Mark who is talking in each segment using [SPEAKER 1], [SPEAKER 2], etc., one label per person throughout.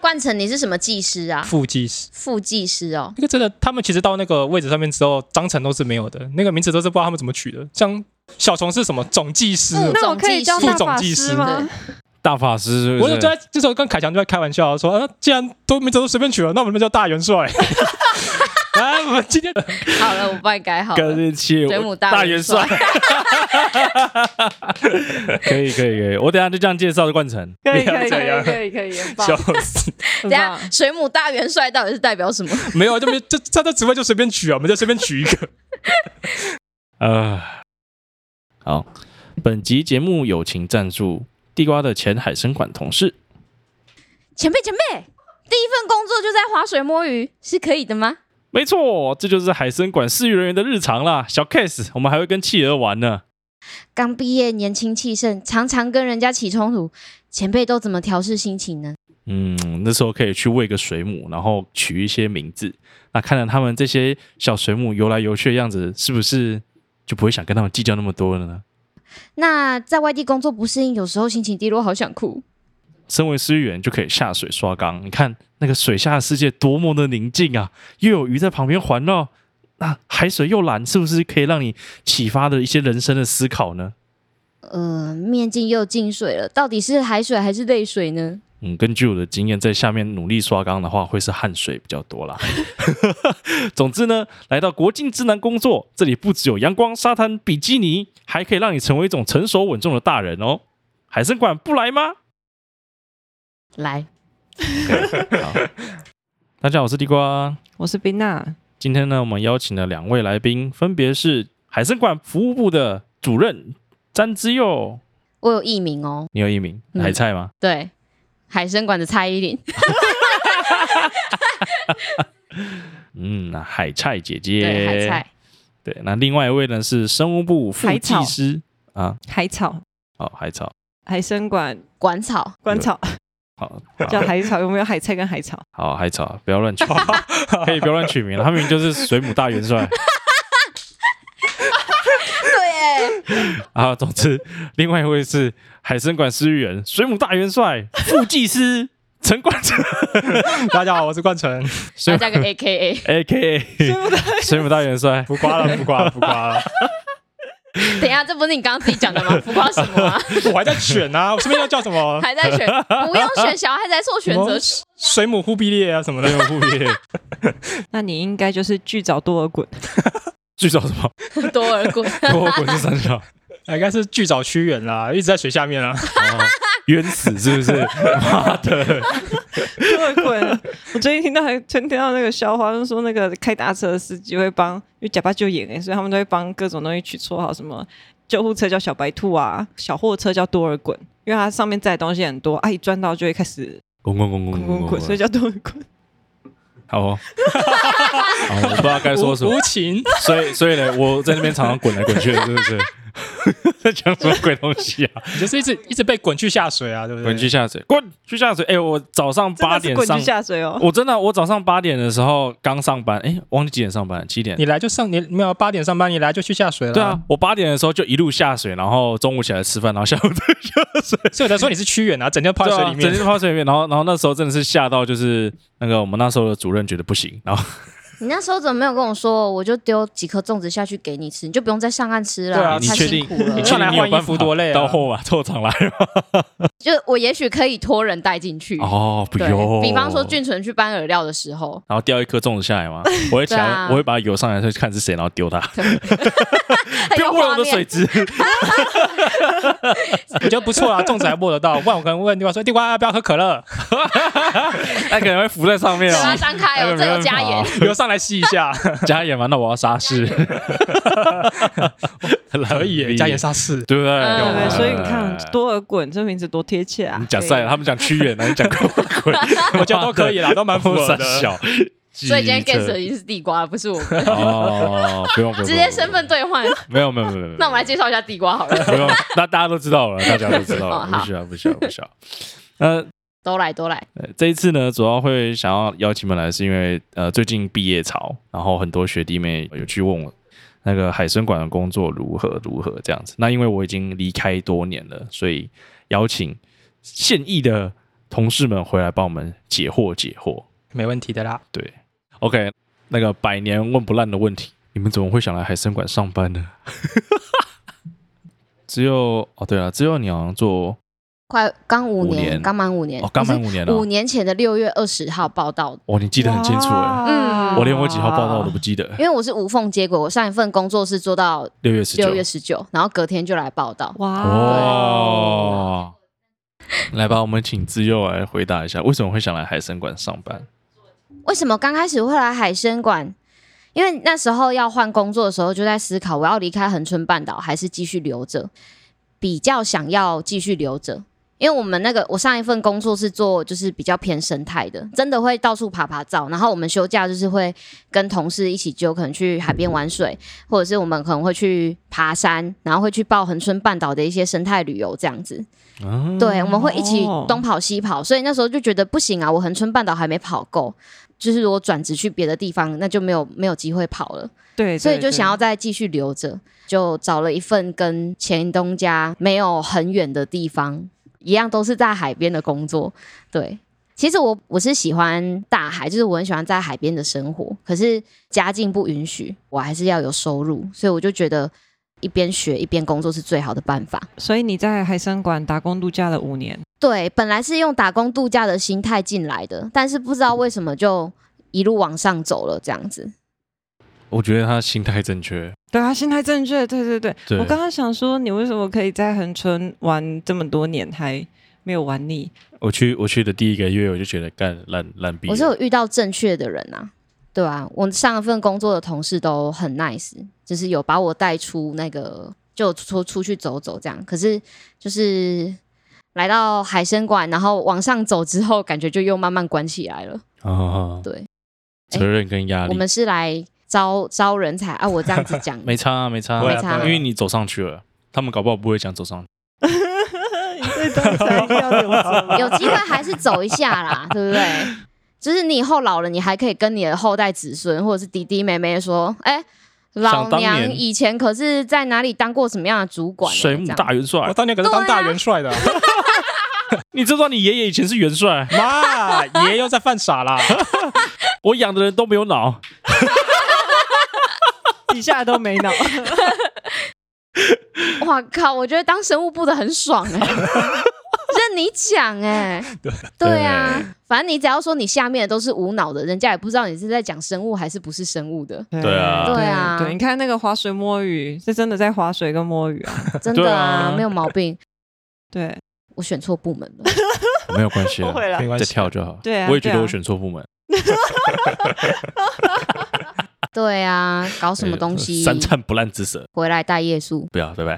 [SPEAKER 1] 冠城，你是什么技师啊？
[SPEAKER 2] 副技师。
[SPEAKER 1] 副技师 哦，
[SPEAKER 2] 那个真的，他们其实到那个位置上面之后，章程都是没有的，那个名字都是不知道他们怎么取的。像小虫是什么总技师，啊
[SPEAKER 1] 嗯
[SPEAKER 3] 那我可以叫
[SPEAKER 2] 副
[SPEAKER 3] 大
[SPEAKER 2] 总
[SPEAKER 3] 法
[SPEAKER 2] 技
[SPEAKER 3] 师
[SPEAKER 2] 师
[SPEAKER 3] 吗？
[SPEAKER 4] 大法师是不
[SPEAKER 2] 我
[SPEAKER 4] 是
[SPEAKER 2] 就在这时候跟凯强就在开玩笑说，啊，既然都名字都随便取了，那我们叫大元 帅。来，我们今天
[SPEAKER 1] 好了，我帮你改好
[SPEAKER 4] 跟
[SPEAKER 1] 了。
[SPEAKER 4] 日气
[SPEAKER 1] 水母大
[SPEAKER 4] 大元
[SPEAKER 1] 元帅
[SPEAKER 4] 帅， 可以可以可以，我等一下就这样介绍冠城。
[SPEAKER 3] 可以
[SPEAKER 2] 不要
[SPEAKER 3] 可以
[SPEAKER 2] 这样
[SPEAKER 3] 可以可以可以，很棒
[SPEAKER 2] 笑死，
[SPEAKER 1] 等一
[SPEAKER 3] 很
[SPEAKER 1] 下
[SPEAKER 3] 棒。
[SPEAKER 1] 水母大元帅到底是代表什么？
[SPEAKER 2] 没有，就没这这这职位就随便取啊，我们就随便取一个。
[SPEAKER 4] 呃，好，本集节目友情赞助地瓜的前海参馆同事，
[SPEAKER 1] 前辈前辈，第一份工作就在划水摸鱼，是可以的吗？
[SPEAKER 4] 没错，这就是海参馆饲鱼人员的日常啦。小 case，我们还会跟企鹅玩呢。
[SPEAKER 1] 刚毕业，年轻气盛，常常跟人家起冲突，前辈都怎么调试心情呢？
[SPEAKER 4] 嗯，那时候可以去喂个水母，然后取一些名字。那看着他们这些小水母游来游去的样子，是不是就不会想跟他们计较那么多了呢？
[SPEAKER 1] 那在外地工作不适应，有时候心情低落，好想哭。
[SPEAKER 4] 身为饲鱼员就可以下水刷缸，你看那个水下的世界多么的宁静啊！又有鱼在旁边环绕，那、海水又蓝，是不是可以让你启发的一些人生的思考呢？
[SPEAKER 1] 呃，面镜又进水了，到底是海水还是泪水呢？
[SPEAKER 4] 嗯，根据我的经验，在下面努力刷缸的话，会是汗水比较多啦。 总之呢，来到国境之南工作，这里不只有阳光、沙滩、比基尼，还可以让你成为一种成熟稳重的大人哦。海参馆不来吗？
[SPEAKER 1] 来，
[SPEAKER 4] 好大家好，我是地瓜。
[SPEAKER 3] 我是冰娜，
[SPEAKER 4] 今天呢，我们邀请了两位来宾，分别是海参馆服务部的主任詹之佑，
[SPEAKER 1] 我有艺名哦，
[SPEAKER 4] 你有一名
[SPEAKER 1] 嗯
[SPEAKER 4] 海菜吗？
[SPEAKER 1] 对，海参馆的蔡依林，
[SPEAKER 4] 嗯，那海菜姐姐，
[SPEAKER 1] 对，海菜。
[SPEAKER 4] 对，那另外一位呢是生物部副
[SPEAKER 3] 海
[SPEAKER 4] 技
[SPEAKER 3] 草
[SPEAKER 4] 师啊，
[SPEAKER 3] 海草
[SPEAKER 4] 哦，海草。
[SPEAKER 3] 海参馆
[SPEAKER 2] 呃
[SPEAKER 1] 管草，
[SPEAKER 3] 馆草
[SPEAKER 4] 好，
[SPEAKER 3] 叫
[SPEAKER 4] 好，
[SPEAKER 3] 海草，有没有海菜跟海草？
[SPEAKER 4] 好，海草，不要乱 取，可以不要乱取名了。他明明就是水母大元帅
[SPEAKER 1] 对，
[SPEAKER 4] 啊。总之，另外一位是海参馆司狱员，水母大元帅副技师陈冠哲
[SPEAKER 2] 大家好，我是冠城，
[SPEAKER 1] 要 加个 A K A。
[SPEAKER 4] ，A K A 水母大元帅。
[SPEAKER 2] 不刮了，不刮了，不刮了，
[SPEAKER 1] 等一下，这不是你刚刚自己讲的 吗？浮夸什么啊？
[SPEAKER 2] 我还在选 啊，我顺便要叫什么
[SPEAKER 1] 还在选，不用选，小孩才做选 择题。
[SPEAKER 2] 水母忽必烈啊什么的
[SPEAKER 4] 没。有副业，
[SPEAKER 3] 那你应该就是巨早多尔衮，
[SPEAKER 4] 最早什么？
[SPEAKER 1] 多尔 衮，
[SPEAKER 4] 多滚是三小，
[SPEAKER 2] 啊应该是巨藻屈原啦，一直在水下面啊。
[SPEAKER 4] 哦冤死是 不是？妈的！
[SPEAKER 3] 多尔衮。我最近听到，最近听到那个笑话，就是说那个开大车的司机会帮，因为假扮就演欸，所以他们都会帮各种东西取绰号，什么救护车叫小白兔啊，小货车叫多尔衮，因为它上面载的东西很多，啊，一转到就会开始
[SPEAKER 4] 滚滚滚滚
[SPEAKER 3] 滚
[SPEAKER 4] 滚
[SPEAKER 3] 滚
[SPEAKER 4] 滚
[SPEAKER 3] 滚，
[SPEAKER 2] 嗯
[SPEAKER 3] 所以
[SPEAKER 4] 滚！
[SPEAKER 3] 叫多尔衮。
[SPEAKER 4] 好 哦，好，我不知道该说什么
[SPEAKER 2] 无。情，
[SPEAKER 4] 所以，所以呢，我在那边常常滚来滚去的，是不是？在 讲什么鬼东西啊？
[SPEAKER 2] 你就是一直一直被滚去下水啊，对不对？
[SPEAKER 4] 滚去下水，滚去下水！哎、我早上
[SPEAKER 3] 真
[SPEAKER 4] 八
[SPEAKER 3] 的是
[SPEAKER 4] 点
[SPEAKER 3] 滚
[SPEAKER 4] 上
[SPEAKER 3] 去，下水哦！
[SPEAKER 4] 我真的，我早上八点的时候刚上班，哎、忘记几点上班，七点
[SPEAKER 2] 你。来就上，你没有八点上班，你来就去下水了。
[SPEAKER 4] 对啊，，我八点的时候就一路下水，然后中午起来吃饭，然后下午再
[SPEAKER 2] 所以我才说你是屈原啊，整天泡在水里
[SPEAKER 4] 对啊整
[SPEAKER 2] 面。
[SPEAKER 4] 天泡在水里面。然后，然后那时候真的是吓到，就是那个我们那时候的主任觉得不行， 然后
[SPEAKER 1] 你那时候怎么没有跟我说？我就丢几颗粽子下去给你吃，你就不用再上岸吃了。
[SPEAKER 2] 对啊
[SPEAKER 4] 你
[SPEAKER 1] 太
[SPEAKER 4] 确
[SPEAKER 1] 辛
[SPEAKER 4] 定
[SPEAKER 1] 苦了
[SPEAKER 2] 你
[SPEAKER 4] 你。
[SPEAKER 2] 确
[SPEAKER 4] 确
[SPEAKER 2] 定
[SPEAKER 4] 定
[SPEAKER 2] 你
[SPEAKER 4] 你
[SPEAKER 2] 有
[SPEAKER 4] 有
[SPEAKER 2] 办法
[SPEAKER 4] 办法
[SPEAKER 2] 到
[SPEAKER 1] 啊
[SPEAKER 4] 到
[SPEAKER 2] 后
[SPEAKER 4] 后码后场来吗？
[SPEAKER 1] 就我也许可以托人带进去。
[SPEAKER 4] 哦，不
[SPEAKER 1] 对
[SPEAKER 4] 用。
[SPEAKER 1] 比方说俊纯去搬饵料的时候，
[SPEAKER 4] 然后掉一颗粽子下来嘛，我会
[SPEAKER 1] 对
[SPEAKER 4] 想，
[SPEAKER 1] 啊
[SPEAKER 4] 我会把它游上来，去看是谁，然后丢它，
[SPEAKER 1] 很
[SPEAKER 4] 不要
[SPEAKER 1] 有
[SPEAKER 4] 问
[SPEAKER 1] 哎画
[SPEAKER 4] 我的水
[SPEAKER 1] 面。
[SPEAKER 4] 质。
[SPEAKER 2] 我觉得不错啊，粽子还摸得到。不然我可能问地瓜说：“地瓜要不要喝可乐
[SPEAKER 4] 它可能会浮在上面
[SPEAKER 1] 嘴
[SPEAKER 4] 哦
[SPEAKER 1] 巴。张开
[SPEAKER 4] 哎
[SPEAKER 1] 哦，
[SPEAKER 4] 没
[SPEAKER 1] 这有
[SPEAKER 4] 办法
[SPEAKER 1] 加盐。
[SPEAKER 2] 游上来吸一下
[SPEAKER 1] 啊
[SPEAKER 4] 加盐嘛，那我要沙 士，
[SPEAKER 2] 可
[SPEAKER 4] 可
[SPEAKER 2] 以耶，加盐，沙士。
[SPEAKER 4] 对不对？
[SPEAKER 1] 嗯
[SPEAKER 3] 对不对？
[SPEAKER 1] 有
[SPEAKER 3] 所以你看
[SPEAKER 4] 哎，
[SPEAKER 3] 多尔衮这名字多贴切啊！
[SPEAKER 4] 你讲赛了，他们讲屈原，那 你讲滚滚，
[SPEAKER 2] 我觉得都可以啦，都蛮符合
[SPEAKER 4] 三
[SPEAKER 2] 的。
[SPEAKER 4] 小，
[SPEAKER 1] 所以今天 get
[SPEAKER 4] 机车
[SPEAKER 1] 的已经是地瓜，不是 我们。
[SPEAKER 4] 哦，不用不用，
[SPEAKER 1] 直接
[SPEAKER 4] 身
[SPEAKER 1] 身份兑换。
[SPEAKER 4] 没有没有没有没有，
[SPEAKER 1] 那我们来介绍一下地瓜好 了，
[SPEAKER 4] 不用，那大家都知道了，大家都知道了，
[SPEAKER 1] 哦 好
[SPEAKER 4] 不需要不需要不需要。呃，
[SPEAKER 1] 都来都来。
[SPEAKER 4] 呃这一次呢，主要会想要邀请你们来，是因为呃最近毕业潮，然后很多学弟妹有去问我那个海参馆的工作如何如何这样子。那因为我已经离开多年了，所以邀请现役的同事们回来帮我们解惑解惑。
[SPEAKER 2] 没问题的啦。
[SPEAKER 4] 对，OK，那个百年问不烂的问题，你们怎么会想来海参馆上班呢？ 只有哦，对了，只有你好像做
[SPEAKER 1] 快刚五
[SPEAKER 4] 五
[SPEAKER 1] 年，
[SPEAKER 4] 年
[SPEAKER 1] 刚满五年，
[SPEAKER 4] 哦，刚满
[SPEAKER 1] 我
[SPEAKER 4] 五年
[SPEAKER 1] 是
[SPEAKER 4] 了
[SPEAKER 1] 五，年前的六月二十号报道的，
[SPEAKER 4] 哦，你记得很清楚哎，
[SPEAKER 1] 嗯
[SPEAKER 4] 我连我几号报道我都不记得
[SPEAKER 1] 因，为我是无缝接轨，我上一份工作是做到
[SPEAKER 4] 六月十九
[SPEAKER 1] 六，月十九，然后隔天就来报道。
[SPEAKER 3] 哇哦，
[SPEAKER 4] 哦， 来吧，我们请自佑来回答一下，为什么会想来海参馆上班？
[SPEAKER 1] 为什么刚开始会来海参馆？因为那时候要换工作的时候，就在思考我要离开恒春半岛，还是继续留着。比较想要继续留着，因为我们那个我上一份工作是做就是比较偏生态的，真的会到处爬爬照。然后我们休假就是会跟同事一起就可能去海边玩水，或者是我们可能会去爬山，然后会去报恒春半岛的一些生态旅游这样子。
[SPEAKER 4] 啊，
[SPEAKER 1] 对，我们会一起
[SPEAKER 3] 哦
[SPEAKER 1] 东跑西跑，所以那时候就觉得不行啊，我恒春半岛还没跑够，就是如果转职去别的地方，那就没有没有机会跑了，
[SPEAKER 3] 对，
[SPEAKER 1] 所以就想要
[SPEAKER 3] 对
[SPEAKER 1] 再继续留着，就找了一份跟前东家没有很远的地方，一样都是在海边的工作，对。其实我我是喜欢大海，就是我很喜欢在海边的生活。可是家境不允许，我还是要有收入，所以我就觉得一边学一边工作是最好的办法。
[SPEAKER 3] 对所以你在海参馆打工度假了五年，
[SPEAKER 1] 对，本来是用打工度假的心态进来的，但是不知道为什么就一路往上走了，这样子。
[SPEAKER 4] 我觉得他心态正确，
[SPEAKER 3] 对啊，心态正确，对对对。
[SPEAKER 4] 对
[SPEAKER 3] 我刚刚想说，你为什么可以在恒春玩这么多年还没有玩腻？
[SPEAKER 4] 我去我去的第一个月我就觉得干烂烂逼了，
[SPEAKER 1] 我是有遇到正确的人啊，对啊，我上一份工作的同事都很 nice，就是有把我带出那个，就出出去走走这样。可是就是来到海参馆，然后往上走之后，感觉就又慢慢关起来了。
[SPEAKER 4] 啊，
[SPEAKER 1] 对，
[SPEAKER 4] 责任跟压
[SPEAKER 1] 我
[SPEAKER 4] 力，
[SPEAKER 1] 们是来招招人才啊，我这样子讲
[SPEAKER 4] 没差啊没差啊，
[SPEAKER 1] 没差啊
[SPEAKER 4] 因为你走上去了，他们搞不好不会讲走上去，
[SPEAKER 3] 你这段才要留 着
[SPEAKER 1] 有机会还是走一下啦，对不对？就是你以后老了，你还可以跟你的后代子孙或者是弟弟妹妹说，哎、老
[SPEAKER 4] 想当年
[SPEAKER 1] 娘以前可是在哪里当过什么样的主管、欸？
[SPEAKER 4] 水母
[SPEAKER 1] 这样
[SPEAKER 4] 大元
[SPEAKER 2] 我
[SPEAKER 4] 帅，
[SPEAKER 2] 当年可是当大元帅的啊，
[SPEAKER 4] 你知道你爷爷以前是元帅，啊
[SPEAKER 2] 妈，爷又在犯傻 啦。
[SPEAKER 4] 我养的人都没有脑，
[SPEAKER 3] 底下都没脑。
[SPEAKER 1] 哇靠！我觉得当生物部的很爽 哎、任你讲哎、
[SPEAKER 2] 对
[SPEAKER 1] 对啊，反正你只要说你下面的都是无脑的，人家也不知道你是在讲生物还是不是生物 的，
[SPEAKER 4] 对啊
[SPEAKER 1] 对啊
[SPEAKER 3] 对，你看那个划水摸鱼，是真的在划水跟摸鱼啊。
[SPEAKER 1] 真的啊，
[SPEAKER 4] 对啊
[SPEAKER 1] 没有毛病。
[SPEAKER 3] 对，
[SPEAKER 1] 我选错部门了，
[SPEAKER 4] 没有关 系
[SPEAKER 3] 不
[SPEAKER 4] 啊，
[SPEAKER 3] 会了
[SPEAKER 2] 没。关
[SPEAKER 4] 再
[SPEAKER 2] 系，
[SPEAKER 4] 跳就好。
[SPEAKER 3] 对啊
[SPEAKER 4] 我也觉
[SPEAKER 3] 对
[SPEAKER 4] 得
[SPEAKER 3] 啊
[SPEAKER 4] 我选错部门，
[SPEAKER 1] 对啊，搞什么
[SPEAKER 4] 哎
[SPEAKER 1] 东西？
[SPEAKER 4] 三餐不烂之舌，
[SPEAKER 1] 回来带夜宿。
[SPEAKER 4] 不要，拜拜。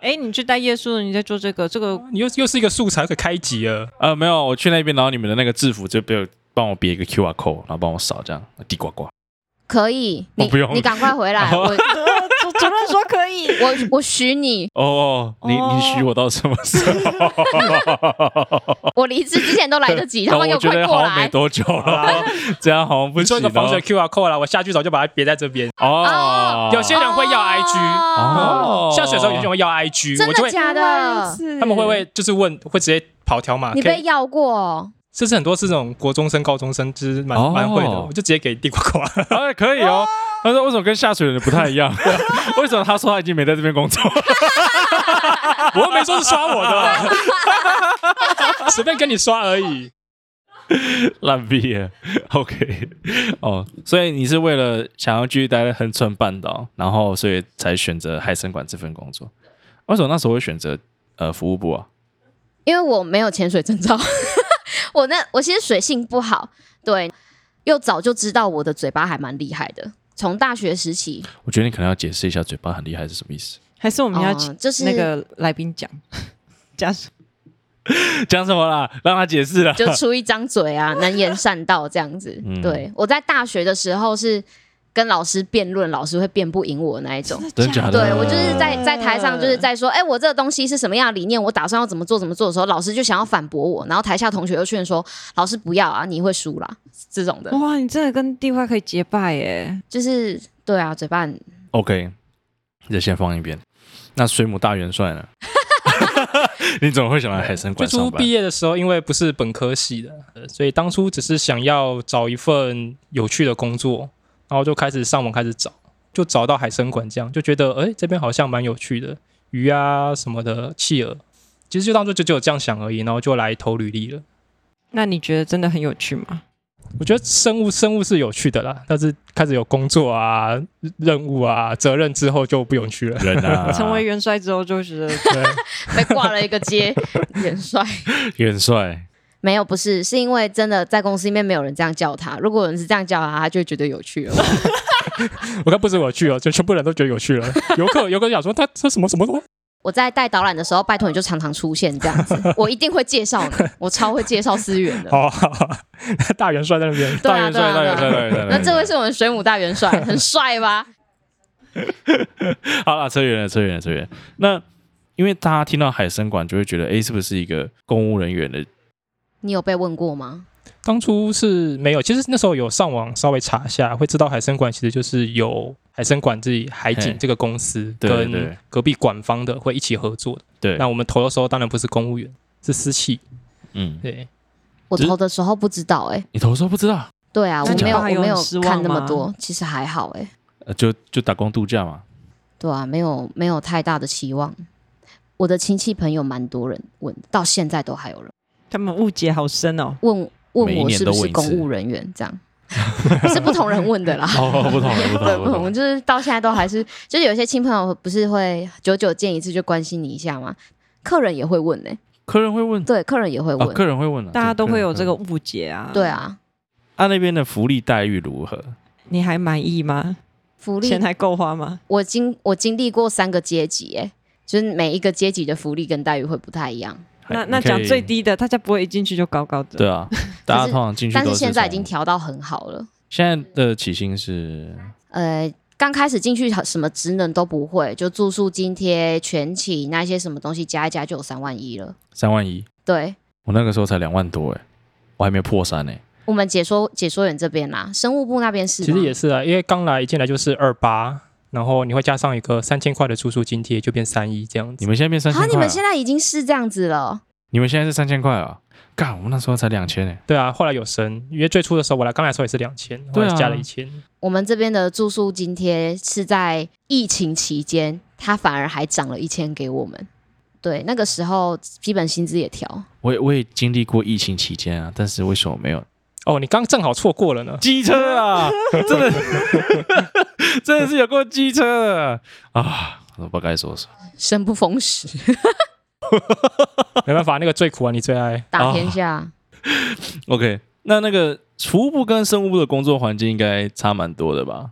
[SPEAKER 3] 哎，你去带夜宿，你在做这个，这个
[SPEAKER 2] 你又又是一个素材可以开集了。
[SPEAKER 4] 呃，没有，我去那边，然后你们的那个制服就被帮我别一个 QR code，然后帮我扫这样，地呱呱。
[SPEAKER 1] 可以，
[SPEAKER 4] 我
[SPEAKER 1] 你
[SPEAKER 4] 哦不用哦
[SPEAKER 1] 你赶快回来，
[SPEAKER 4] 好
[SPEAKER 1] 我
[SPEAKER 3] 主主任说可 以。
[SPEAKER 1] 我我许你，
[SPEAKER 4] 哦，你你许我到什么时 候？
[SPEAKER 1] 我离职之前都来得 及，他
[SPEAKER 4] 但
[SPEAKER 1] 们又
[SPEAKER 4] 哦我觉
[SPEAKER 1] 快
[SPEAKER 4] 得
[SPEAKER 1] 过
[SPEAKER 4] 好像没
[SPEAKER 1] 来。
[SPEAKER 4] 多久了， 这样好像不哦
[SPEAKER 2] 你做
[SPEAKER 4] 行
[SPEAKER 2] 一个防水
[SPEAKER 4] 了。
[SPEAKER 2] QR code 啦，我下去早就把它别在这边。
[SPEAKER 4] 哦，
[SPEAKER 2] 有些人会要 IG，
[SPEAKER 4] 哦
[SPEAKER 2] 下水的时候有些人会要 IG，
[SPEAKER 1] 真
[SPEAKER 2] 我就
[SPEAKER 1] 的
[SPEAKER 2] 会
[SPEAKER 1] 假的？
[SPEAKER 2] 他们会不会就是问，会直接跑条
[SPEAKER 4] 啊
[SPEAKER 2] 码？
[SPEAKER 1] 嗯你
[SPEAKER 2] 可
[SPEAKER 1] 被
[SPEAKER 2] 以，
[SPEAKER 1] 要过？哦
[SPEAKER 2] 这是很多是这种国中生、高中生，就是蛮
[SPEAKER 4] 哦
[SPEAKER 2] 蛮会的。我就直接给地瓜瓜，
[SPEAKER 4] 哎，可以哦。他说：“为什么跟下水的人不太一样？ 为什么他说他已经没在这边工作？
[SPEAKER 2] 我又没说是刷我的， 随便跟你刷而已。
[SPEAKER 4] 烂毕业。OK，哦，所以你是为了想要继续待在横村半岛，然后所以才选择海参馆这份工作。为什么那时候会选择呃服务部啊？
[SPEAKER 1] 因为我没有潜水证照， 我那我其实水性不好，对，又早就知道我的嘴巴还蛮厉害的。从大学时期，
[SPEAKER 4] 我觉得你可能要解释一下嘴巴很厉害是什么意思。
[SPEAKER 3] 还是我们要
[SPEAKER 1] 哦就是
[SPEAKER 3] 那个来宾讲， 讲
[SPEAKER 4] 讲什么啦？让他解释了。
[SPEAKER 1] 就出一张嘴啊，能言善道这样子
[SPEAKER 4] 嗯。
[SPEAKER 1] 对我在大学的时候是跟老师辩论，老师会辩不赢我那一种。
[SPEAKER 4] 真假的
[SPEAKER 1] 对我就是在在台上就是在说，哎、我这个东西是什么样的理念，我打算要怎么做怎么做的时候，老师就想要反驳我，然后台下同学又劝说老师不要啊，你会输啦，这种
[SPEAKER 4] 哦
[SPEAKER 1] 的，
[SPEAKER 3] 哇，你真的跟地瓜可以结拜耶！
[SPEAKER 1] 就是对啊，嘴巴很
[SPEAKER 4] OK，这先放一边。那水母大元帅呢？你怎么会想来海参
[SPEAKER 2] 最
[SPEAKER 4] 馆
[SPEAKER 2] 初
[SPEAKER 4] 上班
[SPEAKER 2] 毕？业的时候，因为不是本科系的，呃所以当初只是想要找一份有趣的工作，然后就开始上网开始找，就找到海参馆，这样就觉得哎、诶这边好像蛮有趣的，鱼啊什么的，企鹅，其实就当初就只有这样想而已，然后就来投履历了。
[SPEAKER 3] 那你觉得真的很有趣吗？
[SPEAKER 2] 我觉得生物生物是有趣的啦，但是开始有工作啊、任务啊、责任之后就不有趣了。
[SPEAKER 4] 人啊，
[SPEAKER 3] 成为元帅之后就觉得
[SPEAKER 2] 对，
[SPEAKER 1] 被挂了一个街元帅。
[SPEAKER 4] 元帅，
[SPEAKER 1] 没有，不是，是因为真的在公司里面没有人这样叫他。如果有人是这样叫他，他就会觉得有趣了。
[SPEAKER 2] 我看不止我去哦，就全部人都觉得有 趣了。游客游客想说他这什么什么什么，
[SPEAKER 1] 我在带导览的时候，拜托你就常常出现这样子，我一定会介绍你，我超会介绍思源的。
[SPEAKER 2] 好好好，哦 大元帅在那边。
[SPEAKER 1] 对
[SPEAKER 4] 大
[SPEAKER 1] 啊，
[SPEAKER 4] 元
[SPEAKER 1] 对
[SPEAKER 4] 帅，
[SPEAKER 1] 啊，
[SPEAKER 4] 大
[SPEAKER 1] 对
[SPEAKER 4] 元帅，
[SPEAKER 1] 啊。
[SPEAKER 4] 大元帅。
[SPEAKER 1] 那这位是我们水母大元 帅，很帅吧？
[SPEAKER 4] 好啦，扯远了，扯远了，扯远了。那因为大家听到海参馆就会觉得，哎，是不是一个公务人员的？
[SPEAKER 1] 你有被问过吗？
[SPEAKER 2] 当初是没有，其实那时候有上网稍微查一下，会知道海参馆其实就是有海参馆自己海
[SPEAKER 4] 嘿
[SPEAKER 2] 景这个公司
[SPEAKER 4] 对对
[SPEAKER 2] 跟
[SPEAKER 4] 对
[SPEAKER 2] 隔壁馆方的会一起合作的。
[SPEAKER 4] 对，
[SPEAKER 2] 那我们投的时候当然不是公务员，是私企。
[SPEAKER 4] 嗯，
[SPEAKER 2] 对，
[SPEAKER 1] 我
[SPEAKER 4] 只是
[SPEAKER 1] 投的时候不知道哎、
[SPEAKER 4] 你投的时候不知道，
[SPEAKER 1] 对啊，我
[SPEAKER 3] 那
[SPEAKER 1] 没有，
[SPEAKER 3] 你爸
[SPEAKER 1] 我
[SPEAKER 3] 爸有
[SPEAKER 1] 没有
[SPEAKER 3] 很失望
[SPEAKER 1] 看那么
[SPEAKER 3] 吗
[SPEAKER 1] 多，其实还好哎、
[SPEAKER 4] 呃就就打工度 假嘛。
[SPEAKER 1] 对啊，没有没有太大的期望。我的亲戚朋友蛮多人问，到现在都还有人
[SPEAKER 3] 他们误解好深 哦。
[SPEAKER 1] 问问
[SPEAKER 4] 每一
[SPEAKER 1] 我
[SPEAKER 4] 年
[SPEAKER 1] 是
[SPEAKER 4] 都
[SPEAKER 1] 不
[SPEAKER 4] 问
[SPEAKER 1] 是
[SPEAKER 4] 一
[SPEAKER 1] 公
[SPEAKER 4] 次
[SPEAKER 1] 务人员这样， 是不同人问的啦。
[SPEAKER 4] 哦，不同 了，不同
[SPEAKER 1] 对，
[SPEAKER 4] 了，
[SPEAKER 1] 不
[SPEAKER 4] 不同了
[SPEAKER 1] 同，。就是到现在都还是，就是有些亲朋友不是会久久见一次就关心你一下吗？客人也会问呢、
[SPEAKER 4] 客人会问，
[SPEAKER 1] 对，客人也会
[SPEAKER 4] 啊
[SPEAKER 1] 问，，
[SPEAKER 4] 客人会问了，
[SPEAKER 3] 大家
[SPEAKER 4] 对
[SPEAKER 3] 都会有这。
[SPEAKER 4] 客
[SPEAKER 3] 个
[SPEAKER 4] 人
[SPEAKER 3] 误解啊。
[SPEAKER 1] 对，啊，
[SPEAKER 4] 啊，那边的福利待遇如何？
[SPEAKER 3] 你还满意吗？
[SPEAKER 1] 福利
[SPEAKER 3] 钱还够花吗？
[SPEAKER 1] 我经我经历过三个阶级、欸，就是每一个阶级的福利跟待遇会不太一样，
[SPEAKER 4] 还
[SPEAKER 3] 那那讲最，低的，大家不会一进去就高高
[SPEAKER 4] 你
[SPEAKER 3] 的。
[SPEAKER 4] 可以 对啊，大家通常进去都
[SPEAKER 1] 但是现在已
[SPEAKER 4] 从
[SPEAKER 1] 经调到很好了。
[SPEAKER 4] 现在的起薪是
[SPEAKER 1] 呃，刚开始进去什么职能都不会，就住宿津贴、全勤那些什么东西加一加就有三万一了。
[SPEAKER 4] 三万一，
[SPEAKER 1] 对，
[SPEAKER 4] 我那个时候才两万多哎，我还没破三呢。
[SPEAKER 1] 我们解说解说员这边啦，生物部那边是吗，
[SPEAKER 2] 其实也是啊，因为刚来一进来就是二八，然后你会加上一个三千块的住宿津贴，就变三一这样子。
[SPEAKER 4] 你们现在变三千
[SPEAKER 1] 好，
[SPEAKER 4] 块啊，
[SPEAKER 1] 你们现在已经是这样子了。
[SPEAKER 4] 你们现在是三千块啊？干，我们那时候才两千哎，
[SPEAKER 2] 对啊，后来有升，因为最初的时候我来刚来的时候也是两千，后来
[SPEAKER 4] 对啊
[SPEAKER 2] 加了一千。
[SPEAKER 1] 我们这边的住宿津贴是在疫情期间，它反而还涨了一千给我们。对，那个时候基本薪资也调，
[SPEAKER 4] 我也我也经历过疫情期间啊，但是为什么没有
[SPEAKER 2] 哦，你刚正好错过了呢。
[SPEAKER 4] 机车啊？ 真的，真的是有过机车的啊！我不该说什么，
[SPEAKER 1] 生不逢时，
[SPEAKER 2] 没办法，那个最苦啊，你最 爱。
[SPEAKER 4] 哦
[SPEAKER 1] 打天下。
[SPEAKER 4] OK，那那个服务部跟生物部的工作环境应该差蛮多的吧？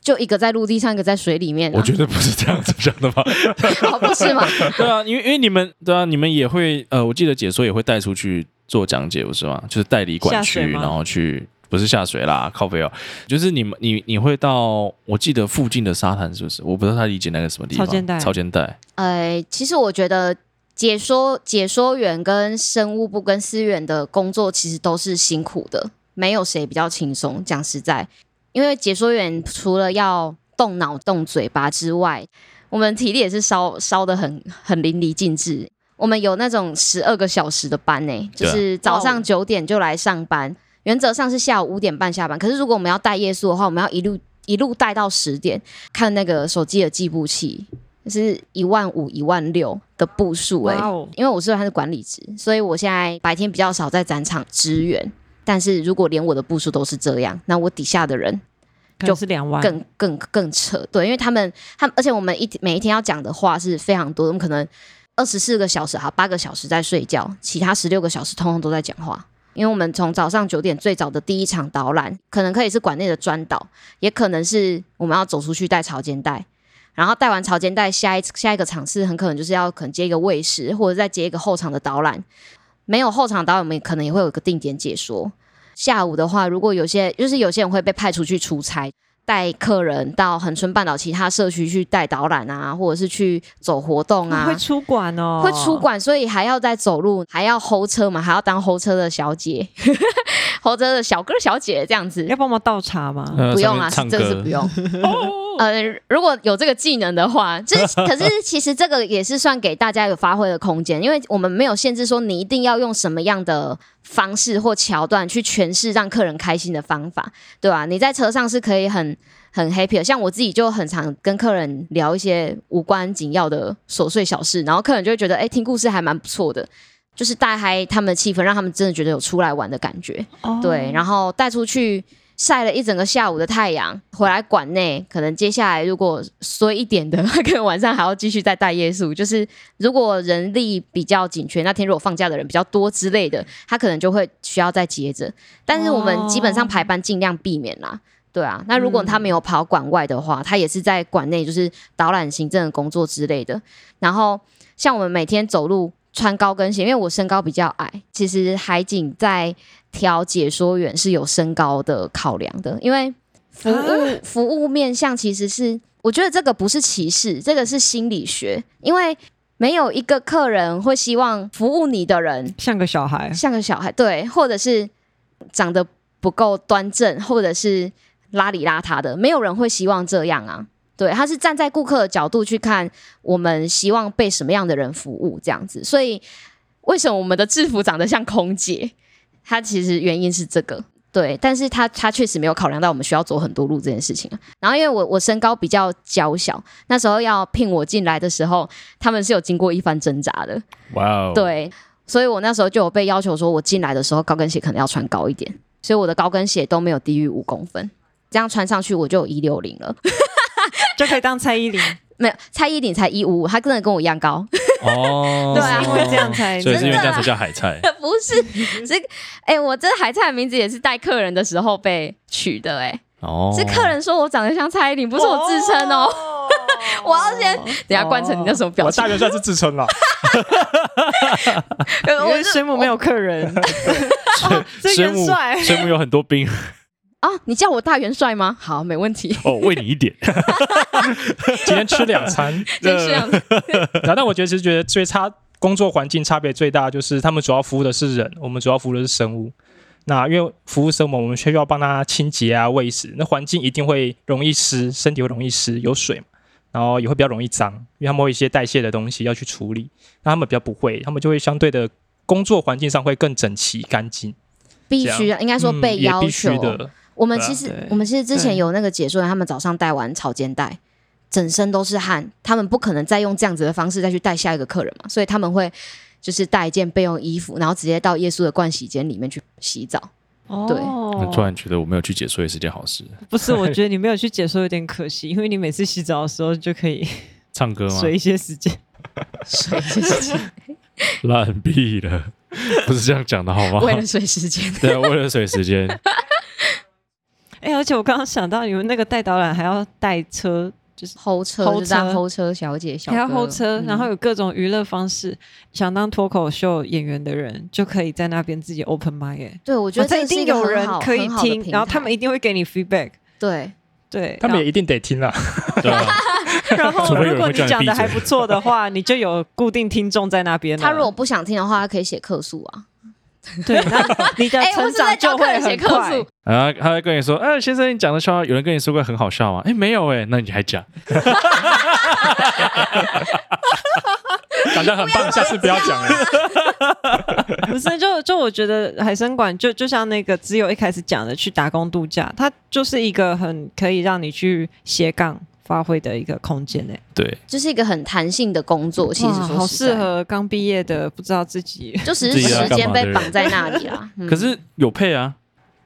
[SPEAKER 1] 就一个在陆地上，一个在水里面、啊，
[SPEAKER 4] 我觉得不是这样子想的吧？
[SPEAKER 1] 哦，不是吗？
[SPEAKER 4] 对啊，因为因为你们对啊，你们也会呃，我记得解说也会带出去做讲解，不是吗？就是代理管
[SPEAKER 3] 下水
[SPEAKER 4] 区，
[SPEAKER 3] 吗
[SPEAKER 4] 然后去不是下水啦，靠背哦，就是你们你你会到我记得附近的沙滩是不是？我不知道他理解那个什么地方，
[SPEAKER 3] 潮间带
[SPEAKER 4] 潮间带，
[SPEAKER 1] 呃，其实我觉得解说解说员跟生物部跟思源的工作其实都是辛苦的，没有谁比较轻松。讲实在，因为解说员除了要动脑动嘴巴之外，我们体力也是烧烧的很很淋漓尽致。我们有那种十二个小时的班呢、就
[SPEAKER 4] 对啊
[SPEAKER 1] 是早
[SPEAKER 3] 哇
[SPEAKER 1] 上
[SPEAKER 3] 哦
[SPEAKER 1] 九点就来上班，原则上是下午五点半下班。可是如果我们要带夜宿的话，我们要一路一路带到十点，看那个手机的计步器，就是一万五、一万六的步数哎、
[SPEAKER 3] 哇哦，
[SPEAKER 1] 因为我虽然是管理职，所以我现在白天比较少在展场支援。但是如果连我的步数都是这样，那我底下的人
[SPEAKER 3] 可能是两万，
[SPEAKER 1] 更更更扯，对，因为他们他们，而且我们一天每一天要讲的话是非常多的，我们可能二十四个小时哈，八个小时在睡觉，其他十六个小时通通都在讲话。因为我们从早上九点最早的第一场导览，可能可以是馆内的专导，也可能是我们要走出去带潮间带，然后带完潮间带，下一下一个场次很可能就是要可能接一个卫士，或者再接一个后场的导览。没有后场导览，我们可能也会有一个定点解说。下午的话，如果有些就是有些人会被派出去出差，带客人到恒春半岛其他社区去带导览啊，或者是去走活动啊，
[SPEAKER 3] 会出馆哦，
[SPEAKER 1] 会出。馆，所以还要再走路，还要候车嘛，还要当候车的小姐， 候车的小哥小姐这样子
[SPEAKER 3] 要。帮忙倒茶吗？
[SPEAKER 4] 呃
[SPEAKER 3] 嗯
[SPEAKER 1] 不用啦，啊是
[SPEAKER 4] 上面唱
[SPEAKER 1] 真的是
[SPEAKER 4] 歌
[SPEAKER 1] 不用。呃，如果有这个技能的话， 就是可是其实这个也是算给大家有发挥的空间，因为我们没有限制说你一定要用什么样的方式或桥段去诠释让客人开心的方法，对吧、你在车上是可以很很 happy 的，像我自己就很常跟客人聊一些无关紧要的琐碎小事，然后客人就会觉得，哎、听故事还蛮不错的。就是带嗨他们的气氛，让他们真的觉得有出来玩的感觉。对，然后带出去晒了一整个下午的太阳，回来馆内，可能接下来如果衰一点的， 可能晚上还要继续再带夜宿。就是如果人力比较紧缺，那天如果放假的人比较多之类的，他可能就会需要再接着。但是我们基本上排班尽量避免啦。对啊，那如果他没有跑馆外的话，他也是在馆内就是导览行政的工作之类的。然后像我们每天走路穿高跟鞋，因为我身高比较矮，其实海景在挑解说员是有身高的考量的，因为服务、服务面向其实是，我觉得这个不是歧视，这个是心理学，因为没有一个客人会希望服务你的人
[SPEAKER 3] 像个 小孩，
[SPEAKER 1] 像个小孩，对，或者是长得不够端正，或者是邋里邋遢的，没有人会希望这样啊。对，他是站在顾客的角度去看我们希望被什么样的人服务这样子，所以为什么我们的制服长得像空姐？它其实原因是这个。对，但是他他确实没有考量到我们需要走很多路这件事情啊。然后因为我我身高比较娇小，那时候要聘我进来的时候，他们是有经过一番挣扎的。
[SPEAKER 4] 哇哦，，
[SPEAKER 1] 对，所以我那时候就有被要求说，我进来的时候高跟鞋可能要穿高一点，所以我的高跟鞋都没有低于五公分，这样穿上去我就有一六零了。
[SPEAKER 3] 就可以当蔡依林，
[SPEAKER 1] 没有，蔡依林才一五五，她真的跟我一样高，
[SPEAKER 4] 哦，
[SPEAKER 1] 对啊
[SPEAKER 3] 因为这样才 啊
[SPEAKER 4] 所以是因
[SPEAKER 1] 真
[SPEAKER 4] 为
[SPEAKER 1] 的
[SPEAKER 4] 这样才叫海 菜。
[SPEAKER 1] 不是，是哎、我这海菜的名字也是带客人的时候被取的、哎、
[SPEAKER 4] 哦，
[SPEAKER 1] 是客人说我长得像蔡依林，不是我自称哦。 我要先等一下，冠城，你那什么表
[SPEAKER 2] 哦我
[SPEAKER 1] 情
[SPEAKER 2] 大？学算是自称了，
[SPEAKER 1] 呃
[SPEAKER 3] 因为
[SPEAKER 1] 是
[SPEAKER 3] 水母没有客人，这
[SPEAKER 4] 水
[SPEAKER 3] 元
[SPEAKER 4] 母
[SPEAKER 3] 帅
[SPEAKER 4] 水母有很多兵
[SPEAKER 1] 啊，你叫我大元帅吗？好，没问题。
[SPEAKER 4] 哦，喂你 一点，
[SPEAKER 2] 今天吃两餐。
[SPEAKER 1] 就是 这样子，
[SPEAKER 2] 然后，但我觉得其实觉得最差工作环境差别最大，就是他们主要服务的是人，我们主要服务的是生物。那因为服务生物，我们需要帮他清洁啊、喂食，那环境一定会容易湿，身体会容易湿，有水嘛，然后也会比较容易脏，因为他们会有一些代谢的东西要去处理。那他们比较不会，他们就会相对的工作环境上会更整齐干净，
[SPEAKER 1] 必须啊，应该说
[SPEAKER 2] 嗯
[SPEAKER 1] 被
[SPEAKER 2] 也
[SPEAKER 1] 要
[SPEAKER 2] 必须
[SPEAKER 1] 求。哦
[SPEAKER 2] 的。
[SPEAKER 1] 我们
[SPEAKER 2] 对啊
[SPEAKER 1] 其实、
[SPEAKER 3] 对
[SPEAKER 1] 我们其实之前
[SPEAKER 3] 对
[SPEAKER 1] 有那个解说员，他们早上带完草间带，整身都是汗，他们不可能再用这样子的方式再去带下一个客人嘛，所以他们会就是带一件备用衣服，然后直接到耶稣的盥洗间里面去洗澡。 对
[SPEAKER 3] 哦
[SPEAKER 4] 突然觉得我没有去解说也是件好事。
[SPEAKER 3] 不是，我 觉得你没有去解说有点可惜，因为你每次洗澡的时候就可以
[SPEAKER 4] 唱歌吗？
[SPEAKER 3] 随一些时 间。
[SPEAKER 1] 所以就是
[SPEAKER 4] 烂屁了， 不是这样讲的好吗？
[SPEAKER 1] 为了水时 间，
[SPEAKER 4] 对啊，为了水时间，
[SPEAKER 3] 哎，而且我刚刚想到，你们那个带导览还要带车，就是
[SPEAKER 1] 候车
[SPEAKER 3] 候
[SPEAKER 1] 就当
[SPEAKER 3] 车
[SPEAKER 1] 候车小姐，小
[SPEAKER 3] 还要
[SPEAKER 1] 哥
[SPEAKER 3] 候车，
[SPEAKER 1] 嗯
[SPEAKER 3] 然后有各种娱乐方式。想当脱口秀演员的人，就可以在那边自己 open m i 哎，
[SPEAKER 1] 对我觉得
[SPEAKER 3] 哦这
[SPEAKER 1] 这
[SPEAKER 3] 一
[SPEAKER 1] 是
[SPEAKER 3] 定
[SPEAKER 1] 个
[SPEAKER 3] 有
[SPEAKER 1] 很
[SPEAKER 3] 人
[SPEAKER 1] 好
[SPEAKER 3] 可以
[SPEAKER 1] 很好的
[SPEAKER 3] 听，
[SPEAKER 1] 平
[SPEAKER 3] 然后他
[SPEAKER 1] 台
[SPEAKER 3] 们一定会给你 feedback。
[SPEAKER 1] 对
[SPEAKER 3] 对，
[SPEAKER 2] 他们也一定得听啦。
[SPEAKER 4] 对啊，
[SPEAKER 3] 然后
[SPEAKER 4] 除非有人
[SPEAKER 3] 如果
[SPEAKER 4] 会
[SPEAKER 3] 你
[SPEAKER 4] 叫你
[SPEAKER 3] 讲
[SPEAKER 4] 闭
[SPEAKER 3] 的
[SPEAKER 4] 嘴
[SPEAKER 3] 还不错的话，你就有固定听众在那边了。
[SPEAKER 1] 他如果不想听的话，他可以写客诉啊。
[SPEAKER 3] 对，那你的
[SPEAKER 1] 哎、我
[SPEAKER 3] 成
[SPEAKER 1] 是在
[SPEAKER 3] 长
[SPEAKER 1] 教
[SPEAKER 3] 就
[SPEAKER 1] 客
[SPEAKER 3] 会
[SPEAKER 1] 人写
[SPEAKER 3] 很
[SPEAKER 1] 客
[SPEAKER 3] 快。
[SPEAKER 1] 诉，
[SPEAKER 4] 然后他会跟你说，哎，先生，你讲的笑话，有人跟你说过很好笑吗？哎，没有哎，那你 还讲，
[SPEAKER 2] 感觉很棒，下次不要讲了。
[SPEAKER 3] 不是，就就我觉得海参馆就就像那个只有一开始讲的去打工度假，它就是一个很可以让你去斜杠发挥的一个空间诶、
[SPEAKER 4] 对，
[SPEAKER 1] 就是一个很弹性的工作。其实
[SPEAKER 3] 哇
[SPEAKER 1] 说
[SPEAKER 3] 好
[SPEAKER 1] 实在
[SPEAKER 3] 适，合刚毕业的不知道自己。
[SPEAKER 1] 就只
[SPEAKER 4] 自
[SPEAKER 1] 是
[SPEAKER 4] 己要
[SPEAKER 1] 时
[SPEAKER 4] 干
[SPEAKER 1] 间
[SPEAKER 4] 嘛的
[SPEAKER 1] 被
[SPEAKER 4] 人
[SPEAKER 1] 绑在那里啦。嗯
[SPEAKER 4] 可是有配啊，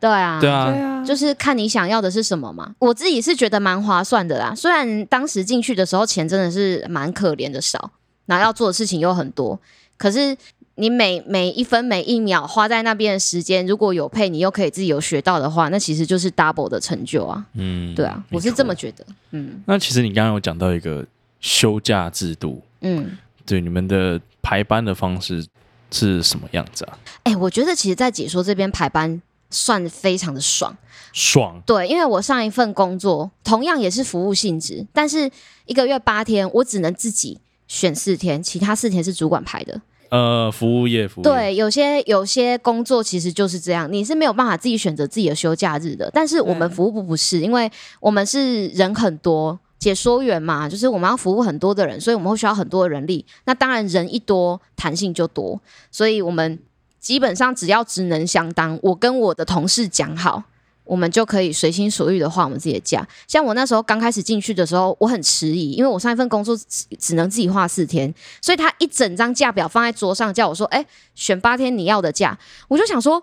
[SPEAKER 1] 对啊，
[SPEAKER 4] 对
[SPEAKER 3] 对
[SPEAKER 4] 啊，
[SPEAKER 3] 啊，
[SPEAKER 1] 就是看你想要的是什么嘛。我自己是觉得蛮划算的啦，虽然当时进去的时候钱真的是蛮可怜的少，然后要做的事情又很多，可是你每每一分每一秒花在那边的时间，如果有配，你又可以自己有学到的话，那其实就是 double 的成就啊。
[SPEAKER 4] 嗯，
[SPEAKER 1] 对啊，
[SPEAKER 4] 没
[SPEAKER 1] 我是这么
[SPEAKER 4] 错。
[SPEAKER 1] 觉得。嗯
[SPEAKER 4] 那其实你刚刚有讲到一个休假制度，
[SPEAKER 1] 嗯，
[SPEAKER 4] 对你们的排班的方式是什么样子啊？
[SPEAKER 1] 哎、我觉得其实，在解说这边排班算非常的爽。
[SPEAKER 4] 爽，
[SPEAKER 1] 对，因为我上一份工作同样也是服务性质，但是一个月八天，我只能自己选四天，其他四天是主管排的。
[SPEAKER 4] 呃，服务业，服务业，
[SPEAKER 1] 对，有些有些工作其实就是这样，你是没有办法自己选择自己的休假日的。但是我们
[SPEAKER 3] 对
[SPEAKER 1] 服务部不是，因为我们是人很多，解说员嘛，就是我们要服务很多的人，所以我们会需要很多的人力。那当然人一多，弹性就多，所以我们基本上只要职能相当，我跟我的同事讲好。我们就可以随心所欲的画我们自己的假。像我那时候刚开始进去的时候，我很迟疑，因为我上一份工作只只能自己画四天，所以他一整张假表放在桌上，叫我说：“哎、选八天你要的假。”我就想说，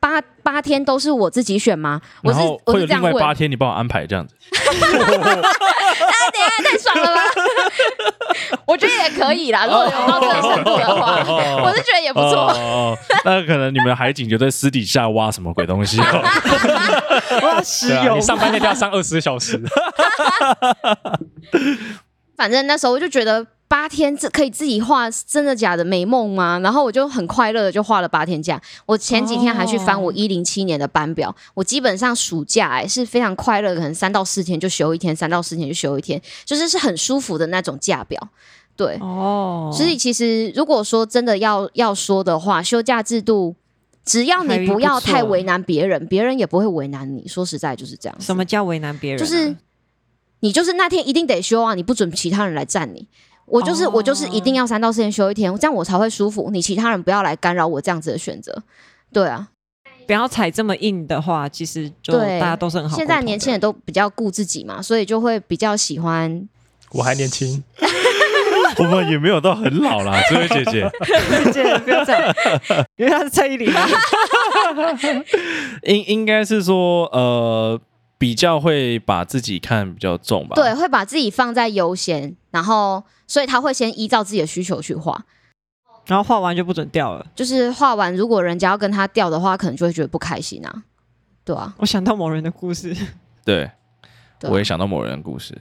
[SPEAKER 1] 八八天都是我自己选吗？我
[SPEAKER 4] 然
[SPEAKER 1] 是
[SPEAKER 4] 后
[SPEAKER 1] 我
[SPEAKER 4] 会有
[SPEAKER 1] 是这
[SPEAKER 4] 另
[SPEAKER 1] 样
[SPEAKER 4] 外
[SPEAKER 1] 问，
[SPEAKER 4] 八
[SPEAKER 1] 啊，
[SPEAKER 4] 天你帮我安排这样子。
[SPEAKER 1] 等一下太爽了吧？我觉得也可以啦，如果有到这个程度的话，我是觉得也不错。
[SPEAKER 4] 哦，哦哦那可能你们海景就在私底下挖什么鬼东西、 哦。
[SPEAKER 3] 我要石
[SPEAKER 2] 对啊，
[SPEAKER 3] 油
[SPEAKER 2] 你，上班那天要上二十个小时，
[SPEAKER 1] 反正那时候我就觉得八天这可以自己画真的假的美梦吗？然后我就很快乐的就画了八天假。我前几天还去翻我一零七年的班表，我基本上暑假哎、是非常快乐，可能三到四天就休一天，三到四天就休一天，就是是很舒服的那种假表。对，
[SPEAKER 3] 哦
[SPEAKER 1] 所以其实如果说真的要要说的话，休假制度。只要你不要
[SPEAKER 3] 还不错
[SPEAKER 1] 太为难别人，别人也不会为难你。说实在就是这样子。
[SPEAKER 3] 什么叫为难别人
[SPEAKER 1] 就
[SPEAKER 3] 啊？
[SPEAKER 1] 是你就是那天一定得休啊，你不准其他人来占你。我就是、
[SPEAKER 3] 哦
[SPEAKER 1] 我就是一定要三到四天休一天，这样我才会舒服。你其他人不要来干扰我这样子的选择。对啊，
[SPEAKER 3] 不要踩这么硬的话，其实就
[SPEAKER 1] 对
[SPEAKER 3] 大家都是很好沟通
[SPEAKER 1] 现
[SPEAKER 3] 的。
[SPEAKER 1] 在年轻人都比较顾自己嘛，所以就会比较喜欢。
[SPEAKER 2] 我还年轻，
[SPEAKER 4] 我们也没有到很老啦，这位姐姐。
[SPEAKER 3] 姐姐不要这样，因为他是蔡依林。 啊
[SPEAKER 4] 应应该是说，呃，比较会把自己看比较重吧。
[SPEAKER 1] 对，，会把自己放在优先，然后所以他会先依照自己的需求去画。
[SPEAKER 3] 然后画完就不准掉了。
[SPEAKER 1] 就是画完，如果人家要跟他调的话，可能就会觉得不开心啊。对啊，
[SPEAKER 3] 我想到某人的故事，
[SPEAKER 4] 对，
[SPEAKER 1] 对啊
[SPEAKER 4] 我也想到某人的故事。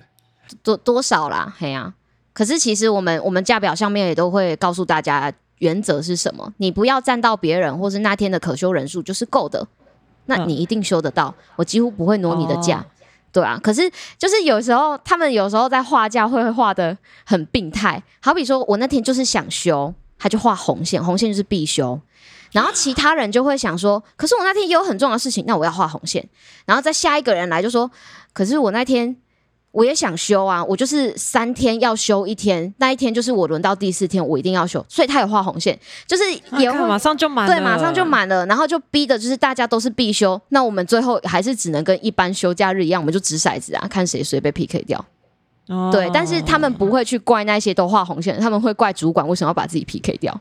[SPEAKER 1] 多多少啦，嘿啊。可是其实我们我们价表上面也都会告诉大家原则是什么，你不要占到别人或是那天的可休人数就是够的，那
[SPEAKER 3] 嗯
[SPEAKER 1] 你一定休得到。我几乎不会挪你的价，
[SPEAKER 3] 哦
[SPEAKER 1] 对啊。可是就是有时候他们有时候在画价会画的很病态，好比说我那天就是想休，他就画红线，红线就是必休。然后其他人就会想说，可是我那天也有很重要的事情，那我要画红线。然后再下一个人来就说，可是我那天我也想休啊，我就是三天要休一天，那一天就是我轮到第四天，我一定要休，所以他也画红线，就是 也
[SPEAKER 3] 啊
[SPEAKER 1] 会
[SPEAKER 3] 看马上就满了，
[SPEAKER 1] 对，马上就。满了，然后就逼的就是大家都是必休，那我们最后还是只能跟一般休假日一样，我们就掷骰子啊，看谁谁被 PK 掉。
[SPEAKER 3] 哦
[SPEAKER 1] 对，但是他们不会去怪那些都画红线的，他们会怪主管为什么要把自己 PK 掉。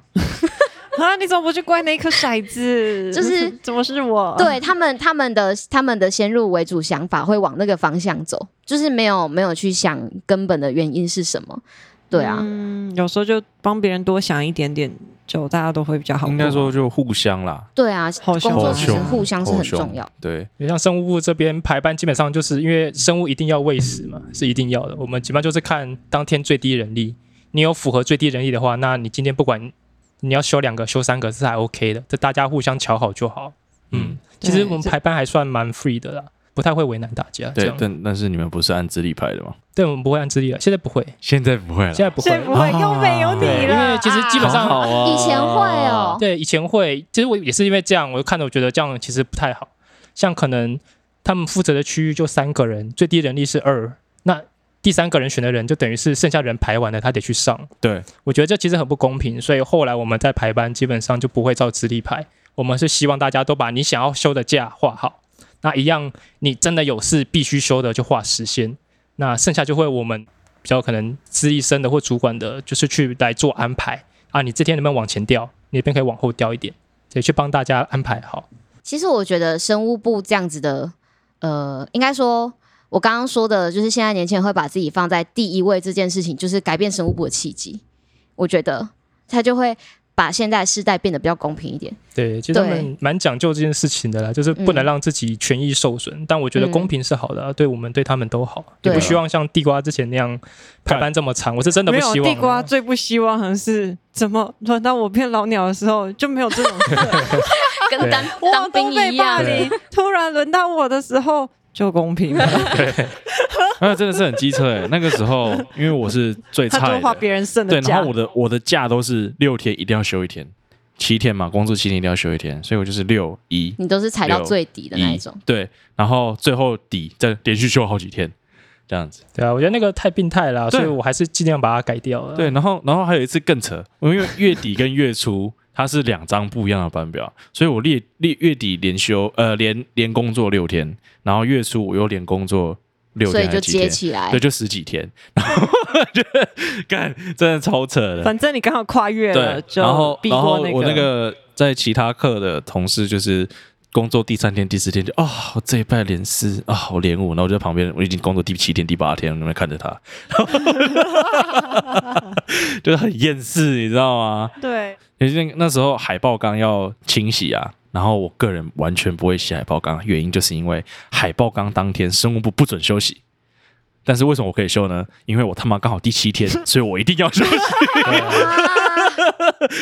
[SPEAKER 3] 啊，你怎么不去怪那一颗骰子？
[SPEAKER 1] 就是
[SPEAKER 3] 怎么是
[SPEAKER 4] 啊
[SPEAKER 3] 我？
[SPEAKER 1] 对他们，他们的他们的先入为主想法会往那个方向走，就是没有没有去想根本的原因是什么。对啊，
[SPEAKER 3] 嗯，有时候就帮别人多想一点点，就大家都会比较好过。
[SPEAKER 4] 应该说就互相啦，
[SPEAKER 1] 对啊，
[SPEAKER 3] 好
[SPEAKER 1] 哦工作其实
[SPEAKER 4] 好凶
[SPEAKER 1] 互相是很
[SPEAKER 4] 互相
[SPEAKER 1] 重要。
[SPEAKER 4] 对，
[SPEAKER 2] 也像生物部这边排班，基本上就是因为生物一定要喂食嘛，是一定要的。我们基本上就是看当天最低人力，你有符合最低人力的话，那你今天不管你要休两个、休三个是还 OK 的，这大家互相瞧好就好。嗯，其实我们
[SPEAKER 3] 对
[SPEAKER 2] 排班还算蛮 free 的啦，不太会为难大家。这
[SPEAKER 4] 对
[SPEAKER 2] 样，
[SPEAKER 4] 但但是你们不是按资历排的吗？
[SPEAKER 2] 对，我们不会按资历了，啊现在不会，
[SPEAKER 4] 现在不会了，
[SPEAKER 2] 现在不会哦
[SPEAKER 3] 现在。不会，
[SPEAKER 4] 啊
[SPEAKER 3] 又没有你
[SPEAKER 2] 对
[SPEAKER 3] 了。
[SPEAKER 2] 因为其实基本上
[SPEAKER 4] 好好啊
[SPEAKER 1] 以前会哦，
[SPEAKER 2] 对，以前会，其实我也是因为这样，我看着我觉得这样其实不太好。像可能他们负责的区域就三个人，最低人力是二，那第三个人选的人就等于是剩下人排完了，他得去上。
[SPEAKER 4] 对，
[SPEAKER 2] 我觉得这其实很不公平，所以后来我们在排班基本上就不会照资历排，我们是希望大家都把你想要休的假画好。那一样，你真的有事必须休的就画时限，那剩下就会我们比较可能资历深的或主管的，就是去来做安排啊。你这天能不能往前调？你那边可以往后调一点，对，去帮大家安排好。
[SPEAKER 1] 其实我觉得生物部这样子的，呃，应该说，我刚刚说的就是现在年轻人会把自己放在第一位这件事情，就是改变生物部的契机。我觉得他就会把现在世代变得比较公平一点。
[SPEAKER 2] 对，其实他
[SPEAKER 1] 对
[SPEAKER 2] 们蛮讲究这件事情的啦，就是不能让自己权益受损。但我觉得公平是好的、啊，对我们对他们都好，啊
[SPEAKER 1] 对
[SPEAKER 2] 也不希望像地瓜之前那样排班这么长。我是真的不
[SPEAKER 3] 没有
[SPEAKER 2] 希望
[SPEAKER 3] 地
[SPEAKER 2] 啊。
[SPEAKER 3] 瓜最不希望的是，怎么轮到我变老鸟的时候就没 有这种事？
[SPEAKER 1] 跟当
[SPEAKER 3] 我
[SPEAKER 1] 当
[SPEAKER 3] 都
[SPEAKER 1] 兵
[SPEAKER 3] 被
[SPEAKER 1] 一
[SPEAKER 3] 霸
[SPEAKER 1] 样，
[SPEAKER 3] 凌，突然轮到我的时候就公平了。
[SPEAKER 4] 那真的是很机车哎、那个时候，因为我是最
[SPEAKER 3] 他
[SPEAKER 4] 菜
[SPEAKER 3] 就花
[SPEAKER 4] 的，
[SPEAKER 3] 别人剩
[SPEAKER 4] 对，
[SPEAKER 3] 的
[SPEAKER 4] 然
[SPEAKER 3] 假
[SPEAKER 4] 后我，的我的假都是六天一定要休一天，七天嘛，工作七天一定要休一天，所以我就是六一
[SPEAKER 1] 你都是踩到
[SPEAKER 4] 六
[SPEAKER 1] 最底的那一种。
[SPEAKER 4] 对，然后最后底再连续休好几天，这样子。
[SPEAKER 2] 对啊，我觉得那个太病态了啊，
[SPEAKER 4] 对
[SPEAKER 2] 所以我还是尽量把它改掉了。
[SPEAKER 4] 对，然后然后还有一次更扯，因为月底跟月初它是两张不一样的班表，所以我列列月底连休呃连连工作六天，然后月初我又连工作六
[SPEAKER 1] 所
[SPEAKER 4] 天
[SPEAKER 1] 以
[SPEAKER 4] 还
[SPEAKER 1] 就是
[SPEAKER 4] 几
[SPEAKER 1] 接。
[SPEAKER 4] 天
[SPEAKER 1] 起来
[SPEAKER 4] 对，，就十几天， 然后干，真的超扯的。
[SPEAKER 3] 反正你刚好跨越了，
[SPEAKER 4] 对，
[SPEAKER 3] 就
[SPEAKER 4] 然后
[SPEAKER 3] 避
[SPEAKER 4] 然后
[SPEAKER 3] 过
[SPEAKER 4] 我那个在其他课的同事就是。工作第三天、第四天就啊、我这一拜连四啊、我连五，然后我就在旁边，我已经工作第七天、第八天，我在那边看着他， 就是很厌世，你知道吗？
[SPEAKER 3] 对，
[SPEAKER 4] 因为那那时候海报纲要清洗啊，然后我个人完全不会写海报纲，原因就是因为海报纲当天生物部不准休息，但是为什么我可以休呢？因为我他妈刚好第七天，所以我一定要休息。
[SPEAKER 2] 对啊
[SPEAKER 1] 啊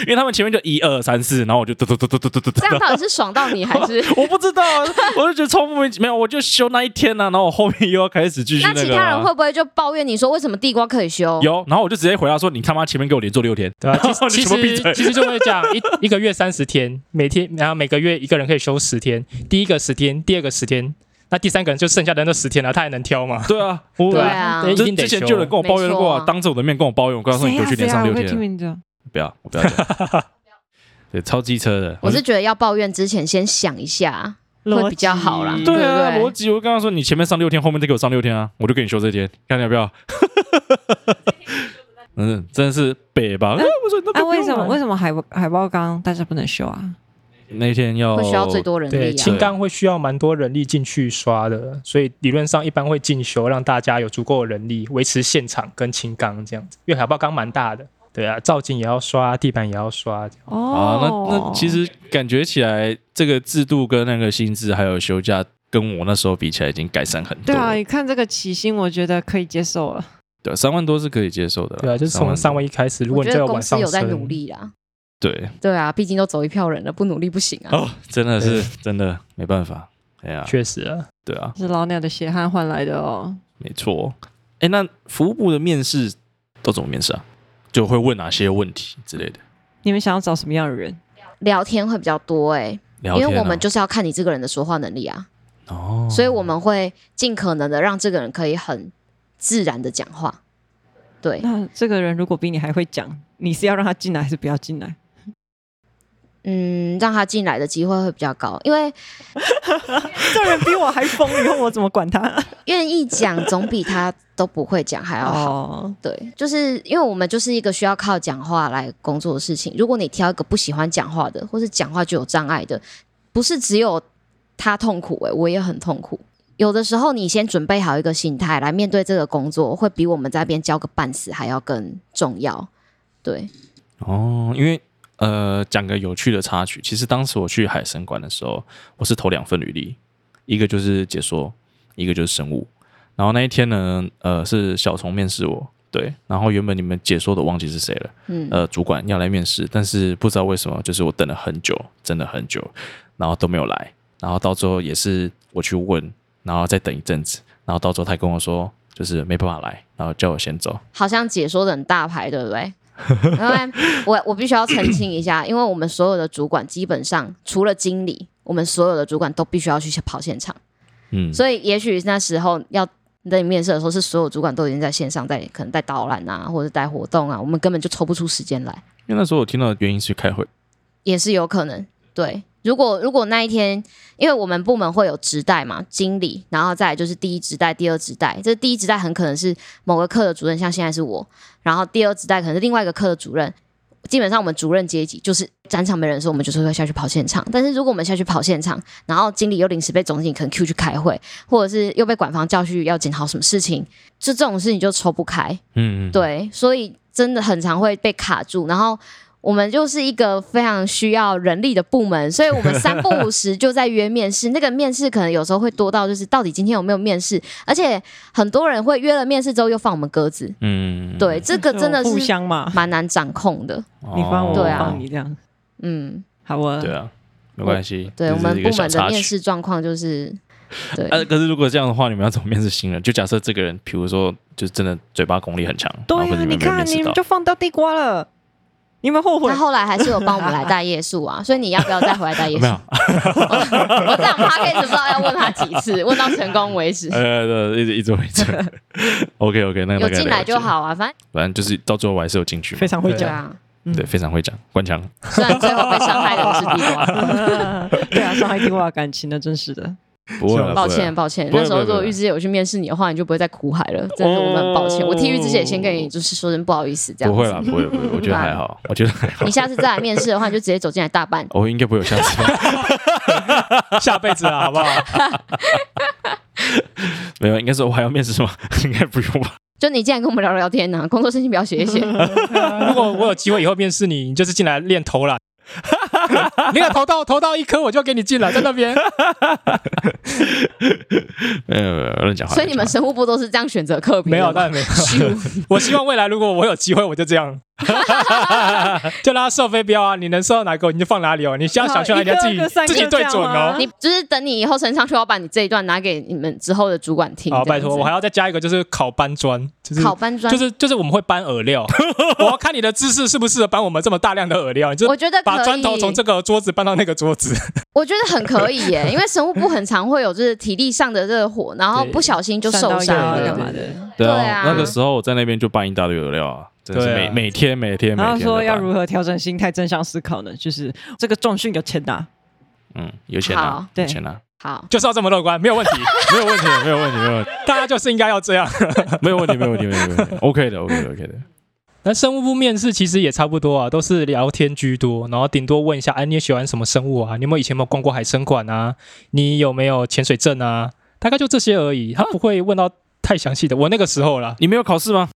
[SPEAKER 4] 因为他们前面就一二三四，然后我就嘟嘟嘟嘟嘟嘟嘟嘟
[SPEAKER 1] 这，样到底是爽到你还 是？
[SPEAKER 4] 我不知道啊，我就觉得超莫名其妙，我就休那一天呢、啊，然后我后面又要开始继续
[SPEAKER 1] 那
[SPEAKER 4] 个、啊。
[SPEAKER 1] 其他人会不会就抱怨你说为什么地瓜可以修？
[SPEAKER 4] 有，啊然后我就直接回答说：“你他妈前面给我连做六天，
[SPEAKER 2] 对啊， 其实
[SPEAKER 4] 你
[SPEAKER 2] 其
[SPEAKER 4] 全部闭
[SPEAKER 2] 实
[SPEAKER 4] 嘴
[SPEAKER 2] 其实就会这样，一一个月三十天，每天然后每个月一个人可以休十天，第一个十天，第二个十天，那第三个人就剩下的那十天了，他还能挑吗？
[SPEAKER 4] 对啊，我
[SPEAKER 1] 对啊
[SPEAKER 2] 一
[SPEAKER 4] 之
[SPEAKER 2] 定得
[SPEAKER 4] 之前
[SPEAKER 2] 休
[SPEAKER 4] 就有人跟我抱怨
[SPEAKER 1] 没
[SPEAKER 4] 过、
[SPEAKER 1] 错
[SPEAKER 4] 啊
[SPEAKER 1] 啊，
[SPEAKER 4] 当着我的面跟我抱怨，我告诉你，
[SPEAKER 3] 谁啊
[SPEAKER 4] 你给我去
[SPEAKER 3] 谁
[SPEAKER 4] 连
[SPEAKER 3] 啊
[SPEAKER 4] 上
[SPEAKER 3] 我
[SPEAKER 4] 六
[SPEAKER 3] 会听
[SPEAKER 4] 天，
[SPEAKER 3] 你讲，
[SPEAKER 4] 不要，我不要讲， 对，超机车的，
[SPEAKER 1] 我是觉得要抱怨之前先想一下，会比较好啦
[SPEAKER 3] 逻辑
[SPEAKER 4] 对啊，
[SPEAKER 1] 对不对
[SPEAKER 4] 逻辑我刚刚说你前面上六天，后面再给我上六天啊，我就给你休这天，看你要 不要。嗯，真的是 北吧？哎，我说那
[SPEAKER 3] 哎，
[SPEAKER 4] 不
[SPEAKER 3] 为
[SPEAKER 4] 用
[SPEAKER 3] 什么
[SPEAKER 4] 啊
[SPEAKER 3] 为什么海海报纲大家不能修啊？
[SPEAKER 4] 那天要
[SPEAKER 1] 会需要最多人
[SPEAKER 2] 对，
[SPEAKER 1] 力
[SPEAKER 2] 青
[SPEAKER 1] 啊。
[SPEAKER 2] 钢会需要蛮多人力进去刷的，所以理论上一般会进修，让大家有足够的人力维持现场跟青钢这样子，因为海报钢蛮大的。对啊，造景也要刷，地板也要刷，这样
[SPEAKER 4] 啊，那
[SPEAKER 3] 哦，
[SPEAKER 4] 那其实感觉起来，这个制度跟那个薪资还有休假，跟我那时候比起来已经改善很多。
[SPEAKER 3] 对啊，你看这个起薪，我觉得可以接受了。
[SPEAKER 4] 对，三万多是可以接受的啦。
[SPEAKER 2] 对啊，就是从
[SPEAKER 4] 三
[SPEAKER 2] 三
[SPEAKER 4] 万
[SPEAKER 2] 万一开始，如
[SPEAKER 1] 我
[SPEAKER 2] 果你
[SPEAKER 1] 觉
[SPEAKER 2] 再
[SPEAKER 1] 得
[SPEAKER 2] 往
[SPEAKER 1] 公司
[SPEAKER 2] 上
[SPEAKER 1] 有在
[SPEAKER 2] 升，
[SPEAKER 1] 努力啦，
[SPEAKER 4] 多，对
[SPEAKER 1] 对啊，毕竟都走一票人了，不努力不行啊。
[SPEAKER 4] 哦，真的是真的没办法。哎呀，
[SPEAKER 2] 确实啊，
[SPEAKER 4] 对啊，
[SPEAKER 3] 是老鸟的血汗换来的哦。
[SPEAKER 4] 没错。哎，那服务部的面试都怎么面试啊？就会问哪些问题之类的？
[SPEAKER 3] 你们想要找什么样的人？
[SPEAKER 1] 聊天会比较多哎，
[SPEAKER 4] 聊
[SPEAKER 1] 因
[SPEAKER 4] 天啊
[SPEAKER 1] 为我们就是要看你这个人的说话能力啊，
[SPEAKER 4] 哦，
[SPEAKER 1] 所以我们会尽可能的让这个人可以很自然的讲话。对，
[SPEAKER 3] 那这个人如果比你还会讲，你是要让他进来还是不要进来？
[SPEAKER 1] 嗯，让他进来的机会会比较高，因为
[SPEAKER 3] 这人比我还疯，以后我怎么管他？
[SPEAKER 1] 愿意讲总比他都不会讲还要好。
[SPEAKER 3] 哦，
[SPEAKER 1] 对，就是因为我们就是一个需要靠讲话来工作的事情。如果你挑一个不喜欢讲话的，或是讲话就有障碍的，不是只有他痛苦、欸，我也很痛苦。有的时候，你先准备好一个心态来面对这个工作，会比我们在那边教个半死还要更重要。对，
[SPEAKER 4] 哦，因为呃，讲个有趣的插曲，其实当时我去海参馆的时候，我是投两份履历，一个就是解说，一个就是生物。然后那一天呢，呃，是小虫面试我，对，然后原本你们解说的忘记是谁了，
[SPEAKER 1] 嗯，
[SPEAKER 4] 呃，主管要来面试，但是不知道为什么，就是我等了很久，真的很久，然后都没有来，然后到最后也是我去问，然后再等一阵子，然后到最后他跟我说，就是没办法来，然后叫我先走。
[SPEAKER 1] 好像解说的很大牌，对不对？ 因为我我必须要澄清一下，因为我们所有的主管基本上除了经理，我们所有的主管都必须要去跑现场。
[SPEAKER 4] 嗯，
[SPEAKER 1] 所以也许那时候要等你面试的时候，是所有主管都已经在线上在可能带导览啊，或者带活动啊，我们根本就抽不出时间来，
[SPEAKER 4] 因为那时候我听到的原因是去开会。
[SPEAKER 1] 也是有可能。对，如果如果那一天，因为我们部门会有职代嘛，经理，然后再来就是第一职代、第二职代，这第一职代很可能是某个课的主任，像现在是我，然后第二职代可能是另外一个课的主任。基本上我们主任阶级就是展场没人的时候，我们就是会下去跑现场。但是如果我们下去跑现场，然后经理又临时被总经理可能 Q 去开会，或者是又被管方叫去要检讨什么事情，就这种事情就抽不开。
[SPEAKER 4] 嗯，嗯，
[SPEAKER 1] 对，所以真的很常会被卡住。然后我们就是一个非常需要人力的部门，所以我们三不五时就在约面试。那个面试可能有时候会多到就是到底今天有没有面试，而且很多人会约了面试之后又放我们鸽子。
[SPEAKER 4] 嗯，
[SPEAKER 1] 对，这个真的
[SPEAKER 3] 互
[SPEAKER 1] 是
[SPEAKER 3] 相嘛，
[SPEAKER 1] 蛮难掌控的。
[SPEAKER 4] 哦
[SPEAKER 3] 你帮我，
[SPEAKER 1] 对
[SPEAKER 3] 我
[SPEAKER 1] 啊
[SPEAKER 3] 帮你这样。
[SPEAKER 1] 嗯，
[SPEAKER 3] 好啊，
[SPEAKER 4] 对啊，没关系，
[SPEAKER 1] 对
[SPEAKER 4] 这
[SPEAKER 1] 我
[SPEAKER 4] 是
[SPEAKER 1] 们
[SPEAKER 4] 一
[SPEAKER 1] 部
[SPEAKER 4] 个小
[SPEAKER 1] 门的
[SPEAKER 4] 插
[SPEAKER 1] 面
[SPEAKER 4] 曲。
[SPEAKER 1] 试状况就是对，
[SPEAKER 4] 呃，可是如果这样的话，你们要怎么面试新人？就假设这个人，比如说，就真的嘴巴功力很强，
[SPEAKER 3] 对
[SPEAKER 4] 然后可
[SPEAKER 3] 呀、
[SPEAKER 4] 是
[SPEAKER 3] 你
[SPEAKER 4] 们没有
[SPEAKER 3] 看
[SPEAKER 4] 面
[SPEAKER 3] 你
[SPEAKER 4] 试
[SPEAKER 3] 们
[SPEAKER 4] 到，
[SPEAKER 3] 就放到地瓜了，你们后悔
[SPEAKER 1] 他？后来还是有帮我们来大夜宿啊，所以你要不要再回来大夜
[SPEAKER 4] 没
[SPEAKER 1] 宿？
[SPEAKER 4] 有， 啊
[SPEAKER 1] 我我这样 p o d 不知道要问他几次，问到成功为止。
[SPEAKER 4] 呃，对一直一直回 这 OK OK，那
[SPEAKER 1] 有
[SPEAKER 4] 个大概
[SPEAKER 1] 进来
[SPEAKER 4] 了解
[SPEAKER 1] 就，好啊，反
[SPEAKER 4] 反正就是到最后我还是有进去嘛，
[SPEAKER 3] 非常会
[SPEAKER 1] 正对
[SPEAKER 3] 讲，
[SPEAKER 1] 啊，
[SPEAKER 3] 嗯
[SPEAKER 4] 对，非常会讲，关强，
[SPEAKER 1] 虽然最后被伤害的不是啊地 瓜，
[SPEAKER 3] 对啊，伤害地瓜的感情的，真是的。
[SPEAKER 4] 不会了，
[SPEAKER 1] 抱
[SPEAKER 4] 啊不会
[SPEAKER 1] 歉
[SPEAKER 4] 了，
[SPEAKER 1] 抱歉。
[SPEAKER 4] 不会
[SPEAKER 1] 那时候如
[SPEAKER 4] 不
[SPEAKER 1] 果
[SPEAKER 4] 会不会
[SPEAKER 1] 玉之姐有去面试你的话，你就不会再苦海了，真的我们很抱歉。
[SPEAKER 4] 哦
[SPEAKER 1] 我替玉之姐先跟你就是说声不好意思，这样
[SPEAKER 4] 不
[SPEAKER 1] 子
[SPEAKER 4] 会啦，不会，不会，我觉得还好，我觉得还好
[SPEAKER 1] 你，下次再来面试的话，你就直接走进来大半。
[SPEAKER 4] 我应该不会有下次吧，
[SPEAKER 2] 下辈子啊，好不好？
[SPEAKER 4] 没有，应该是我还要面试吗？应该不用吧？
[SPEAKER 1] 就你竟然跟我们聊聊天呢、工作事情不要写一 写。
[SPEAKER 2] 啊如果我有机会以后面试你，你就是进来练投篮。 你有投到投到一颗，我就给你进来，在那边。
[SPEAKER 4] 没有，没有没有乱讲话，
[SPEAKER 1] 所以你们
[SPEAKER 4] 乱讲
[SPEAKER 1] 生物部都是这样选择科别
[SPEAKER 2] 没
[SPEAKER 1] 的
[SPEAKER 2] 有，
[SPEAKER 1] 吗
[SPEAKER 2] 当然没有。我 希望未来如果我有机会，我就这 样，就让他射飞镖啊！你能射到哪个，你就放哪里哦。你现在想去哪里，你
[SPEAKER 3] 好
[SPEAKER 2] 要自己
[SPEAKER 3] 一个一个三个
[SPEAKER 2] 自己对准
[SPEAKER 3] 这样吗
[SPEAKER 2] 哦。
[SPEAKER 1] 你就是等你以后升上去，我要把你这一段拿给你们之后的主管听。
[SPEAKER 2] 好，
[SPEAKER 1] 这
[SPEAKER 2] 拜
[SPEAKER 1] 样子
[SPEAKER 2] 托，我还要再加一个，就是考搬砖，就是
[SPEAKER 1] 考搬砖，
[SPEAKER 2] 就是就是我们会搬饵料， 我要看你的姿势是不是搬我们这么大量的饵料，你就
[SPEAKER 1] 我觉得可
[SPEAKER 2] 把
[SPEAKER 1] 以
[SPEAKER 2] 砖头从这个桌子搬到那个桌子。
[SPEAKER 1] 我觉得很可以耶，因为生物部很常会有就是体力上的热火，然后
[SPEAKER 2] 对
[SPEAKER 1] 不小心就受伤
[SPEAKER 3] 闪到腰
[SPEAKER 1] 了。
[SPEAKER 3] 干嘛的？
[SPEAKER 4] 对
[SPEAKER 1] 对啊
[SPEAKER 4] 啊，那个时候我在那边就搬一大堆饵料啊，真的是
[SPEAKER 2] 对
[SPEAKER 4] 每
[SPEAKER 2] 啊
[SPEAKER 4] 每天每天每
[SPEAKER 3] 然后
[SPEAKER 4] 天
[SPEAKER 3] 说
[SPEAKER 4] 的
[SPEAKER 3] 要
[SPEAKER 4] 搬，
[SPEAKER 3] 如何调整心态，正向思考呢？就是这个重训有钱拿，
[SPEAKER 4] 嗯，有钱拿
[SPEAKER 1] 好，
[SPEAKER 4] 有
[SPEAKER 3] 对
[SPEAKER 4] 钱拿，
[SPEAKER 1] 好，
[SPEAKER 2] 就是要这么乐观，没有问题，
[SPEAKER 4] 没有问题，没有问题，没有问题。
[SPEAKER 2] 大家就是应该要这样。
[SPEAKER 4] 没有问题，没有问题，没有问题，OK 的，OK 的，OK 的。
[SPEAKER 2] 那生物部面试其实也差不多啊，都是聊天居多，然后顶多问一下，哎、你也喜欢什么生物啊？你有没有以前有没有逛过海参馆啊？你有没有潜水证啊？大概就这些而已，他不会问到太详细的。我那个时候啦，
[SPEAKER 4] 你没有考试吗？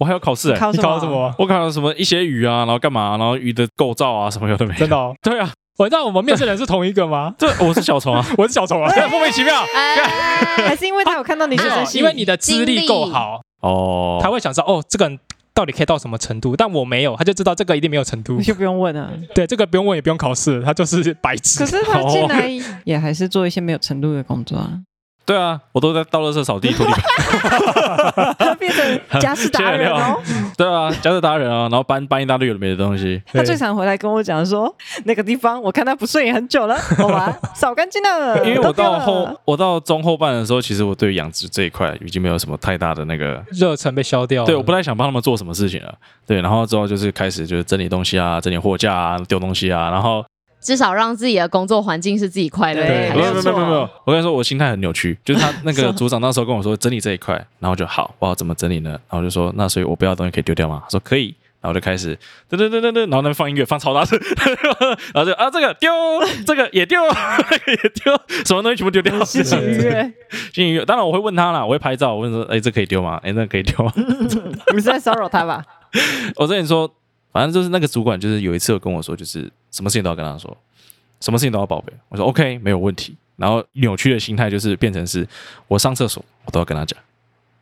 [SPEAKER 4] 我还有考试哎、
[SPEAKER 3] 靠
[SPEAKER 2] 你搞什？么？
[SPEAKER 4] 我考了什么一些鱼啊，然后干嘛、然后鱼的构造啊，什么有的没的。
[SPEAKER 2] 真的、哦，
[SPEAKER 4] 对啊，
[SPEAKER 2] 我知道我们面试人是同一个
[SPEAKER 4] ？
[SPEAKER 2] 吗
[SPEAKER 4] 这我是小虫啊，
[SPEAKER 2] 我是小虫啊，
[SPEAKER 4] 对莫名其妙
[SPEAKER 1] 哎
[SPEAKER 3] 还是因为他有看到你
[SPEAKER 1] 啊
[SPEAKER 3] 学生
[SPEAKER 1] 真
[SPEAKER 3] 系，
[SPEAKER 2] 因为你的资历够好，
[SPEAKER 4] 哦，
[SPEAKER 2] 他会想知道哦，这个人到底可以到什么程度？但我没有，他就知道这个一定没有程度
[SPEAKER 3] 你。就不用问了。
[SPEAKER 2] 对，这个不用问也不用考试，他就是白痴
[SPEAKER 3] 可。是他进来也还是做一些没有程度的工作啊，
[SPEAKER 4] 对啊，我都在倒垃圾、扫地、拖地板。
[SPEAKER 3] 他 变成家事 达人哦。
[SPEAKER 4] 对啊，加特达人啊，然后搬搬一大堆有的没的东 西。
[SPEAKER 3] 他最常回来跟我讲说，那个地方我看他不顺眼很久了，我把它扫干净了。
[SPEAKER 4] 因为我
[SPEAKER 3] 嗯都丢
[SPEAKER 4] 到
[SPEAKER 3] 了
[SPEAKER 4] 后，我到中后半的时候，其实我对养殖这一块已经没有什么太大的那个
[SPEAKER 2] 热忱被消
[SPEAKER 3] 哦
[SPEAKER 2] 掉了，
[SPEAKER 4] 对，我不太想帮他们做什么事情了。对，然后之后就是开始就是整理东西啊，整理货架啊，丢东西啊，然后
[SPEAKER 1] 至少让自己的工作环境是自己快乐
[SPEAKER 3] 对
[SPEAKER 1] 的
[SPEAKER 4] 对，
[SPEAKER 1] 开
[SPEAKER 4] 没
[SPEAKER 1] 心
[SPEAKER 4] 有没有没有没有没有，我跟你说，我心态很扭曲。就是他那
[SPEAKER 3] 是
[SPEAKER 4] 个
[SPEAKER 3] 吗
[SPEAKER 4] 组长那时候跟我说整理这一块，然后我就好，我要怎么整理呢？然后我就说那所以我不要的东西可以丢掉吗？他说可以，然后我就开始噔噔噔噔噔，然后那边放音乐放超大声， 然后就啊这个丢，这个也丢， 那个也丢，什么东西全部丢掉，
[SPEAKER 3] 心 情愉悦，
[SPEAKER 4] 心情愉悦当然我会问他啦，我会拍照，我问说哎这可以丢吗？哎那可以丢吗？
[SPEAKER 3] 你们是在骚扰他吧？
[SPEAKER 4] 我之前说，反正就是那个主管，就是有一次有跟我说，就是什么事情都要跟他说，什么事情都要报备。我说 OK，没有问题。然后扭曲的心态就是变成是我上厕所我都要跟他讲，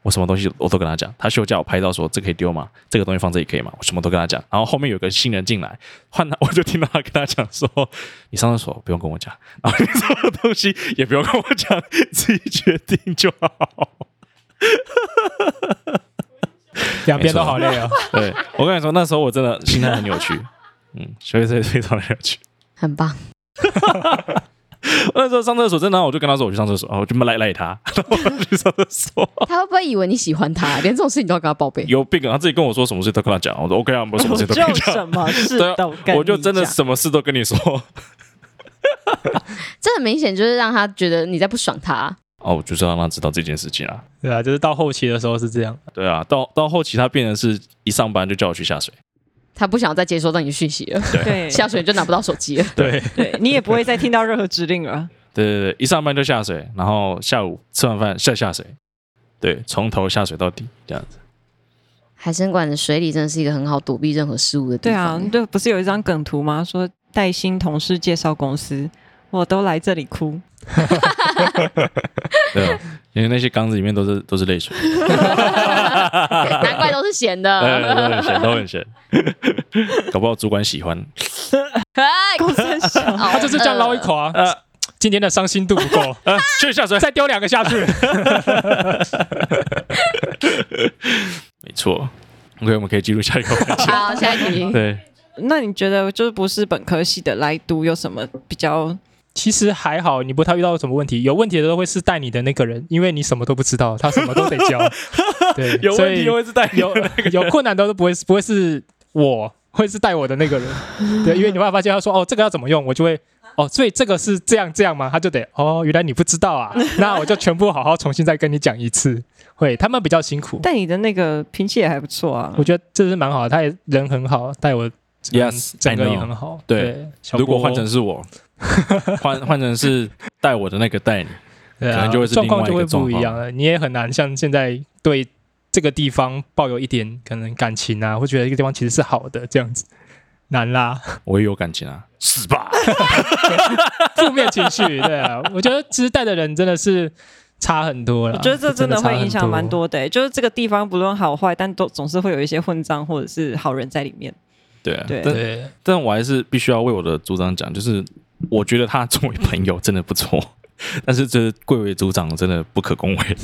[SPEAKER 4] 我什么东西我都跟他讲。他休假我拍照说这可以丢吗？这个东西放这里可以吗？我什么都跟他讲。然后后面有个新人进来，换他我就听到他跟他讲说，你上厕所不用跟我讲，然后你什么东西也不用跟我讲，自己决定就好。
[SPEAKER 2] 两边都好累啊。
[SPEAKER 4] 对我跟你说，那时候我真的心态很扭 曲，嗯，所以这非常的扭曲。
[SPEAKER 1] 很棒。
[SPEAKER 4] 那时候上厕所，真的，我就跟他说我去上厕所，然后我就赖赖他，然后我去上厕所。
[SPEAKER 1] 他会不会以为你喜欢他？连这种事情都要跟他报 备？
[SPEAKER 4] 有病啊！他自己跟我说什么事都跟他讲，我说 OK 啊，我什么事
[SPEAKER 3] 我
[SPEAKER 4] 都
[SPEAKER 3] 就
[SPEAKER 4] 跟你
[SPEAKER 3] 什
[SPEAKER 4] 讲。
[SPEAKER 3] 么事
[SPEAKER 4] 对
[SPEAKER 3] 都跟
[SPEAKER 4] 啊，我就真的
[SPEAKER 3] 你讲
[SPEAKER 4] 什么事都跟你说。
[SPEAKER 1] 这很明显就是让他觉得你在不爽他、
[SPEAKER 4] 哦，我就是要让他知道这件事情啊。
[SPEAKER 2] 对啊，就是到后期的时候是这样。
[SPEAKER 4] 对啊，到到后期他变成是一上班就叫我去下水。
[SPEAKER 1] 他不想再接收到你的讯息了，
[SPEAKER 3] 对
[SPEAKER 1] 下水就拿不到手机了。
[SPEAKER 2] 对，
[SPEAKER 3] 对你也不会再听到任何指令了。
[SPEAKER 4] 对对对，一上班就下水，然后下午吃完饭再下水。对，从头下水到底这样子。
[SPEAKER 1] 海参馆的水里真的是一个很好躲避任何事物的地
[SPEAKER 3] 对啊
[SPEAKER 1] 方。，
[SPEAKER 3] 对，不是有一张梗图吗？说带新同事介绍公司，我都来这里哭。
[SPEAKER 4] 对啊，因为那些缸子里面都是都是泪水，
[SPEAKER 1] 难怪都是咸
[SPEAKER 4] 对， 都
[SPEAKER 1] 的。
[SPEAKER 4] 很咸，都很咸。搞不好主管喜欢。
[SPEAKER 1] 哎
[SPEAKER 3] 公司很小
[SPEAKER 1] 好哦
[SPEAKER 2] 他就是这样捞一口啊。
[SPEAKER 4] 呃，
[SPEAKER 2] 今天的伤心度不够
[SPEAKER 4] 呃，去下水。
[SPEAKER 2] 再丢两个下去。
[SPEAKER 4] 没错，OK，我们可以进 入下一个环节。
[SPEAKER 1] 好，下一题。
[SPEAKER 4] 对，
[SPEAKER 3] 那你觉得就是不是本科系的来读有什么比较？
[SPEAKER 2] 其实还好，你不太遇到什么问题。有问题的都会是带你的那个人，因为你什么都不知道，他什么都得教。 对，
[SPEAKER 4] 有
[SPEAKER 2] 所
[SPEAKER 4] 问题
[SPEAKER 2] 以
[SPEAKER 4] 又会是带
[SPEAKER 2] 有有困难的都不会不会是我，会是带我的那个人。对，因为你会发现他说哦这个要怎么用，我就会哦，所以这个是这样这样吗？他就得哦，原来你不知道啊，那我就全部好好重新再跟你讲一次。会，他们比较辛苦，
[SPEAKER 3] 但你的那个脾气也还不错啊。
[SPEAKER 2] 我觉得这是蛮好的，他也人很好，带我。
[SPEAKER 4] 嗯 Yes,
[SPEAKER 2] 整个
[SPEAKER 4] I know
[SPEAKER 2] 也很好。
[SPEAKER 4] 对
[SPEAKER 2] 小
[SPEAKER 4] 如果
[SPEAKER 2] 波
[SPEAKER 4] 换成 是我，换换成是带我的那个带你，
[SPEAKER 2] 对啊
[SPEAKER 4] 可能就会是
[SPEAKER 2] 状况
[SPEAKER 4] 另外
[SPEAKER 2] 就
[SPEAKER 4] 一
[SPEAKER 2] 会
[SPEAKER 4] 个状
[SPEAKER 2] 不一
[SPEAKER 4] 况
[SPEAKER 2] 样了。你也很难像现在对这个地方抱有一点可能感情啊，会觉得这个地方其实是好的这样子，难啦。
[SPEAKER 4] 我也有感情啊，是吧？
[SPEAKER 2] 负面情绪，对啊，我觉得其实带的人真的是差很多了。
[SPEAKER 3] 我觉得这真的
[SPEAKER 2] 啊差
[SPEAKER 3] 会
[SPEAKER 2] 很
[SPEAKER 3] 影响蛮。多的欸、就是这个地方不论好坏，但都总是会有一些混账或者是好人在里面。
[SPEAKER 4] 对啊，
[SPEAKER 3] 对
[SPEAKER 4] 但
[SPEAKER 2] 对，
[SPEAKER 4] 但我还是必须要为我的组长讲，就是我觉得他作为朋友真的不错， 但是这贵为组长真的不可 恭维。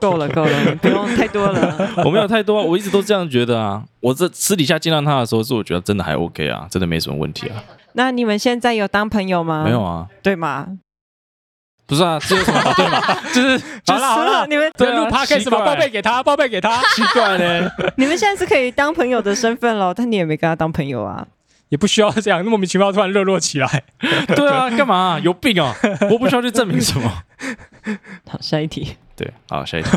[SPEAKER 3] 够了够了，不用太多了。
[SPEAKER 4] 我没有太多、啊，我一直都这样觉得啊。我这私底下见到他的时候，是我觉得真的还 OK 啊，真的没什么问题啊。
[SPEAKER 3] 那你们现在有当朋友
[SPEAKER 2] 嗯
[SPEAKER 3] 吗？
[SPEAKER 4] 没有，啊，
[SPEAKER 3] 对吗？
[SPEAKER 4] 不是啊，这有什么好对吗？ 就是
[SPEAKER 2] 好啦好啦，
[SPEAKER 3] 你们
[SPEAKER 2] 对
[SPEAKER 4] 对啊
[SPEAKER 2] 录 podcast
[SPEAKER 4] 奇怪
[SPEAKER 2] 吧，报备给他，报备给他，
[SPEAKER 4] 奇怪呢。
[SPEAKER 3] 你们现在是可以当朋友的身份喽，但你也没跟他当朋友啊。
[SPEAKER 2] 也不需要这样莫名其妙突然热络起来。
[SPEAKER 4] 对啊，干嘛、有病啊！我不需要去证明什么。
[SPEAKER 3] 好，下一题。
[SPEAKER 4] 对，好，下 一题。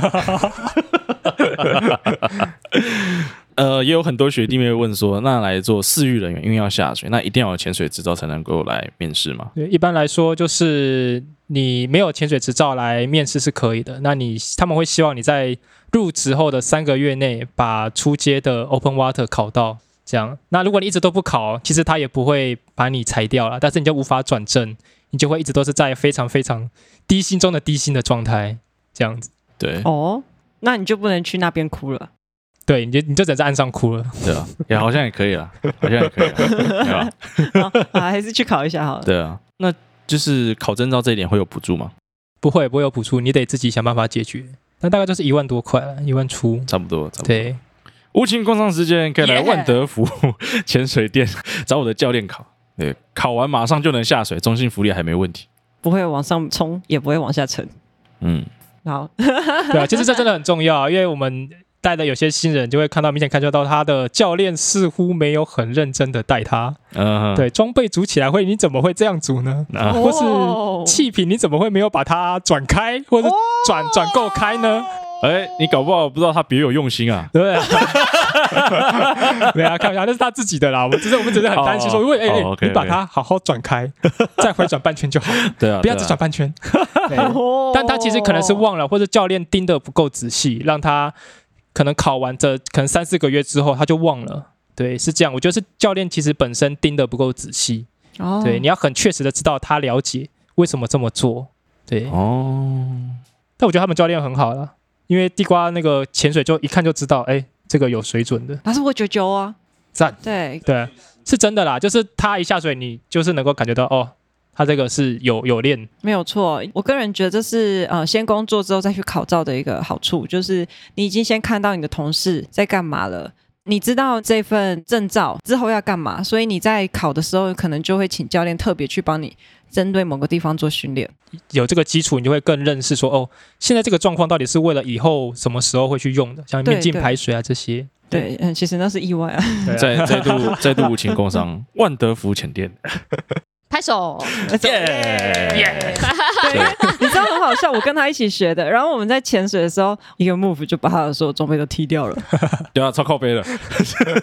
[SPEAKER 4] 呃，也有很多学弟妹问说，那来做饲育人员，因为要下水，那一定要有潜水执照才能够来面试嘛？
[SPEAKER 2] 对，一般来说就是你没有潜水执照来面试是可以的。那你他们会希望你在入职后的三个月内把初阶的 Open Water 考到。这样，那如果你一直都不考，其实他也不会把你裁掉了，但是你就无法转正，你就会一直都是在非常非常低薪中的低薪的状态，这样子。
[SPEAKER 4] 对，
[SPEAKER 3] 哦，那你就不能去那边哭了。
[SPEAKER 2] 对，你就你就只能在岸上哭了。
[SPEAKER 4] 对啊，也好像也可以啦，好像也可以啦，对 吧？
[SPEAKER 3] 啊，还是去考一下好了。
[SPEAKER 4] 对啊，那就是考证照这一点会有补助吗？
[SPEAKER 2] 不会，不会有补助，你得自己想办法解决。那大概就是一万多块了，一万出。
[SPEAKER 4] 差不多，差不多。
[SPEAKER 2] 对，
[SPEAKER 4] 无情工伤时间可以来
[SPEAKER 3] Yeah
[SPEAKER 4] 万德福 潜水店找我的教练考，对，考完马上就能下水，中性浮力还没问题。
[SPEAKER 3] 不会往上冲，也不会往下沉。
[SPEAKER 4] 嗯，
[SPEAKER 3] 好，
[SPEAKER 2] 对啊，其实这真的很重要啊，因为我们带的有些新人就会看到明显感觉到他的教练似乎没有很认真的带他。
[SPEAKER 4] 呃，
[SPEAKER 2] 对，装备组起来会，你怎么会这样组呢？
[SPEAKER 4] 啊
[SPEAKER 2] 或是
[SPEAKER 3] 哦
[SPEAKER 2] 气瓶你怎么会没有把它转开，或是转转够开呢？
[SPEAKER 4] 哎、你搞不好不知道他别有用心啊。
[SPEAKER 2] 对不对？没有啊，开玩笑，那是他自己的啦。我们只是我们只是很担心说，
[SPEAKER 4] 哦
[SPEAKER 2] 如果哎哎
[SPEAKER 4] 哦，OK，
[SPEAKER 2] 你把它好好转开，再回转半圈就好，
[SPEAKER 4] 对啊，
[SPEAKER 2] 不要
[SPEAKER 4] 对
[SPEAKER 2] 只
[SPEAKER 4] 啊
[SPEAKER 2] 转半圈。对
[SPEAKER 3] 哦
[SPEAKER 2] 但他其实可能是忘了，或者教练盯得不够仔细，让他可能考完这可能三四个月之后他就忘了。对，是这样。我觉得是教练其实本身盯得不够仔细。
[SPEAKER 3] 哦
[SPEAKER 2] 对，你要很确实的知道他了解为什么这么做。对，
[SPEAKER 4] 哦。
[SPEAKER 2] 但我觉得他们教练很好了，因为地瓜那个潜水就一看就知道，哎，这个有水准的，
[SPEAKER 3] 他是我九九啊。
[SPEAKER 2] 赞。
[SPEAKER 3] 对，
[SPEAKER 2] 对，啊是真的啦，就是他一下水，你就是能够感觉到哦，他这个是有有练。
[SPEAKER 3] 没有错。我个人觉得这是呃，先工作之后再去考照的一个好处，就是你已经先看到你的同事在干嘛了。你知道这份证照之后要干嘛，所以你在考的时候可能就会请教练特别去帮你针对某个地方做训练。
[SPEAKER 2] 有这个基础，你就会更认识说，哦，现在这个状况到底是为了以后什么时候会去用的，像
[SPEAKER 3] 对
[SPEAKER 2] 面镜
[SPEAKER 3] 对
[SPEAKER 2] 排水啊这些。
[SPEAKER 3] 对，嗯，其实那是意外啊，
[SPEAKER 2] 对啊
[SPEAKER 4] 再再 度再度无情工伤，万德福潜店，
[SPEAKER 1] 拍手。
[SPEAKER 2] 哎
[SPEAKER 4] 耶！
[SPEAKER 3] 对，你知道很好笑，我跟他一起学的。然后我们在潜水的时候，一个 move 就把他的所有装备都踢掉了。
[SPEAKER 4] 对啊，超靠背的，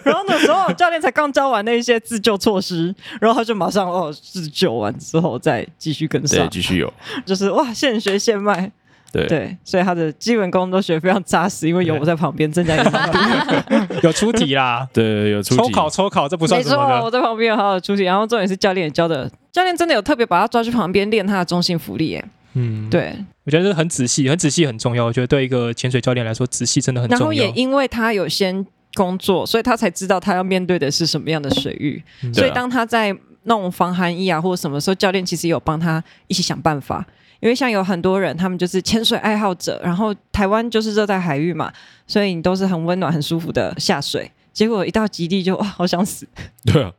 [SPEAKER 3] 然后那时候教练才刚教完那一些自救措施，然后他就马上哦自救完之后再继续跟
[SPEAKER 4] 对，
[SPEAKER 3] 上，
[SPEAKER 4] 继续有，
[SPEAKER 3] 就是哇现学现卖。
[SPEAKER 4] 对，，
[SPEAKER 3] 对，所以他的基本功都学得非常扎实，因为有我在旁边增加一个难度。
[SPEAKER 2] 有出题啦
[SPEAKER 4] 对 有出
[SPEAKER 2] 抽
[SPEAKER 4] 题
[SPEAKER 2] 考抽考，这不算
[SPEAKER 3] 没
[SPEAKER 2] 什
[SPEAKER 3] 错，
[SPEAKER 2] 么
[SPEAKER 3] 我
[SPEAKER 2] 的。
[SPEAKER 3] 在旁边好好出题，然后重点是教练也教的，教练真的有特别把他抓去旁边练他的中性浮力耶。
[SPEAKER 2] 嗯，，
[SPEAKER 3] 对，
[SPEAKER 2] 我觉得是很仔细，很仔细很重要。我觉得对一个潜水教练来说，仔细真的很
[SPEAKER 3] 然后
[SPEAKER 2] 重
[SPEAKER 3] 也
[SPEAKER 2] 要。
[SPEAKER 3] 因为他有先工作，所以他才知道他要面对的是什么样的水域。
[SPEAKER 2] 嗯
[SPEAKER 3] 所
[SPEAKER 4] 对
[SPEAKER 3] 以
[SPEAKER 4] 啊
[SPEAKER 3] 当他在弄防寒衣啊，或者什么时候，教练其实有帮他一起想办法。因为像有很多人，他们就是潜水爱好者，然后台湾就是热带海域嘛，所以你都是很温暖、很舒服的下水。结果一到极地就哇，好想死，
[SPEAKER 4] 对啊，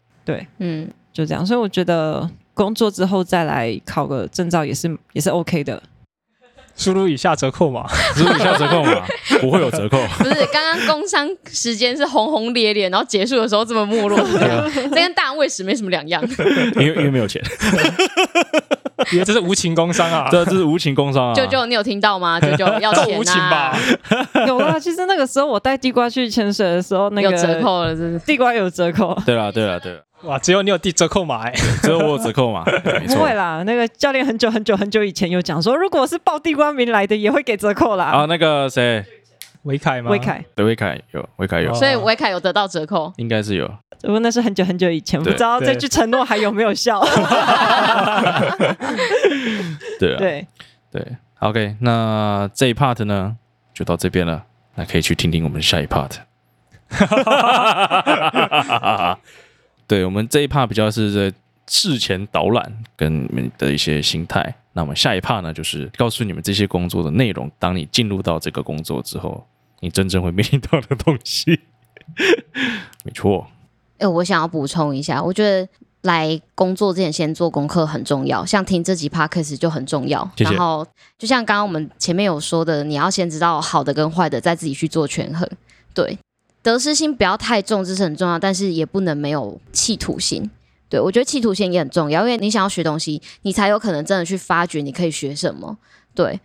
[SPEAKER 1] 嗯，
[SPEAKER 3] 就这样。所以我觉得工作之后再来考个证照也是 也是 OK 的。
[SPEAKER 2] 输入以下折扣 码，
[SPEAKER 4] 只是以下折扣 嘛，不会有折扣。
[SPEAKER 1] 不是，刚刚工伤时间是轰轰烈烈，然后结束的时候这么没落，这样这跟大安卫视没什么两样。
[SPEAKER 4] 因为因为没有钱，
[SPEAKER 2] 也这是无情工伤啊，
[SPEAKER 4] 这这是无情工伤啊！
[SPEAKER 1] 舅舅，你有听到吗？舅舅要
[SPEAKER 2] 够
[SPEAKER 1] 钱
[SPEAKER 2] 无情
[SPEAKER 1] 啊
[SPEAKER 2] 吧，？
[SPEAKER 3] 有啦，其实那个时候我带地瓜去潜水的时 候，那
[SPEAKER 1] 有
[SPEAKER 3] 个
[SPEAKER 1] 折，扣了，真是。
[SPEAKER 3] 地瓜有折扣。
[SPEAKER 4] 对啦对啦对啦，
[SPEAKER 2] 哇，只有你有第折扣码哎，
[SPEAKER 4] 只有我有折扣嘛，对没
[SPEAKER 3] 不
[SPEAKER 4] 错
[SPEAKER 3] 会。啦，那个教练很久很久很久以前有讲说，如果是报地瓜名来的，也会给折扣啦。
[SPEAKER 4] 啊，那个谁，
[SPEAKER 2] 维凯吗？
[SPEAKER 3] 魏，凯，
[SPEAKER 4] 德维凯有，维凯有，
[SPEAKER 2] 哦
[SPEAKER 1] 所以维凯有得到折扣，
[SPEAKER 4] 应该是有。
[SPEAKER 3] 不过那是很久很久以前，不
[SPEAKER 4] 对
[SPEAKER 3] 知道
[SPEAKER 2] 对
[SPEAKER 3] 这句承诺还有没有效。
[SPEAKER 4] 对啊，
[SPEAKER 3] 对，
[SPEAKER 4] 对，OK，那这一 part 呢就到这边了，那可以去听听我们下一 part。对我们这一 part 比较是在事前导览跟你们的一些心态，那我们下一 part 呢就是告诉你们这些工作的内容，当你进入到这个工作之后，你真正会面临到的东西。 没错，
[SPEAKER 1] 哎、我想要补充一下，我觉得来工作之前先做功课很重要，像听这集 podcast 就很重要。
[SPEAKER 4] 谢谢
[SPEAKER 1] 然后就像刚刚我们前面有说的，你要先知道好的跟坏的，再自己去做权衡。对，得失心不要太重，这是很重要，但是也不能没有企图心。对，我觉得企图心也很重要，因为你想要学东西，你才有可能真的去发掘你可以学什么。对，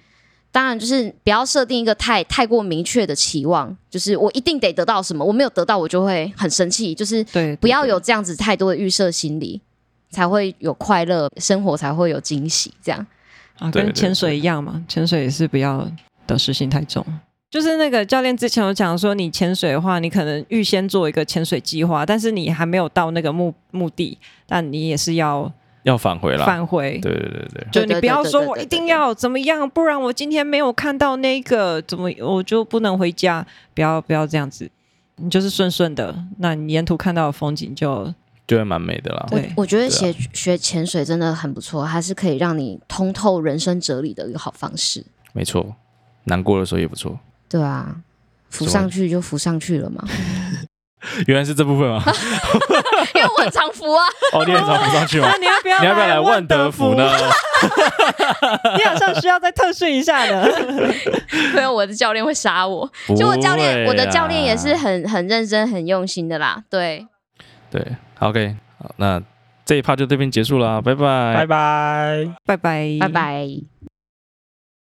[SPEAKER 1] 当然就是不要设定一个太太过明确的期望，就是我一定得得到什么，我没有得到我就会很生气，就是
[SPEAKER 3] 对，
[SPEAKER 1] 不要有这样子太多的预设心理，才会有快乐，生活才会有惊喜。这样，
[SPEAKER 3] 啊，
[SPEAKER 4] 对
[SPEAKER 3] 跟
[SPEAKER 4] 对
[SPEAKER 3] 潜水一样嘛，潜水也是不要得失心太重。就是那个教练之前有讲说，你潜水的话，你可能预先做一个潜水计划，但是你还没有到那个目目的，但你也是要
[SPEAKER 4] 要返回啦。
[SPEAKER 3] 返回。
[SPEAKER 4] 对对对对，
[SPEAKER 3] 就你
[SPEAKER 1] 对对
[SPEAKER 3] 不要
[SPEAKER 1] 对
[SPEAKER 3] 说
[SPEAKER 1] 对
[SPEAKER 3] 我
[SPEAKER 1] 对
[SPEAKER 3] 一
[SPEAKER 1] 对
[SPEAKER 3] 定
[SPEAKER 1] 对
[SPEAKER 3] 要怎么样，不然我今天没有看到那个，怎么我就不能回家？不要不要这样子，你就是顺顺的，那你沿途看到的风景就
[SPEAKER 4] 就会蛮美的啦。
[SPEAKER 1] 我
[SPEAKER 3] 对
[SPEAKER 1] 我觉得
[SPEAKER 4] 对
[SPEAKER 1] 学学潜水真的很不错，它是可以让你通透人生哲理的一个好方式。
[SPEAKER 4] 没错，难过的时候也不错。
[SPEAKER 1] 对啊，浮上去就浮上去了嘛，
[SPEAKER 4] 原来是这部分啊！
[SPEAKER 1] 因为我很常浮啊。
[SPEAKER 4] 哦，你也找不上去吗？
[SPEAKER 3] 那你要不要
[SPEAKER 4] 你要不要来
[SPEAKER 3] 万
[SPEAKER 4] 万德福
[SPEAKER 3] 福
[SPEAKER 4] 呢？？
[SPEAKER 3] 你好像需要再特训一下的。
[SPEAKER 1] 没有，我的教练会杀我。
[SPEAKER 4] 不
[SPEAKER 1] 就我教练，
[SPEAKER 4] 会啊
[SPEAKER 1] 我的教练也是
[SPEAKER 4] 啦
[SPEAKER 1] 很很认真、很用心的啦。对，
[SPEAKER 4] 对。好 OK，好，那这一趴就这边结束啦，拜拜，
[SPEAKER 2] 拜拜。
[SPEAKER 3] 拜拜，
[SPEAKER 1] 拜。拜。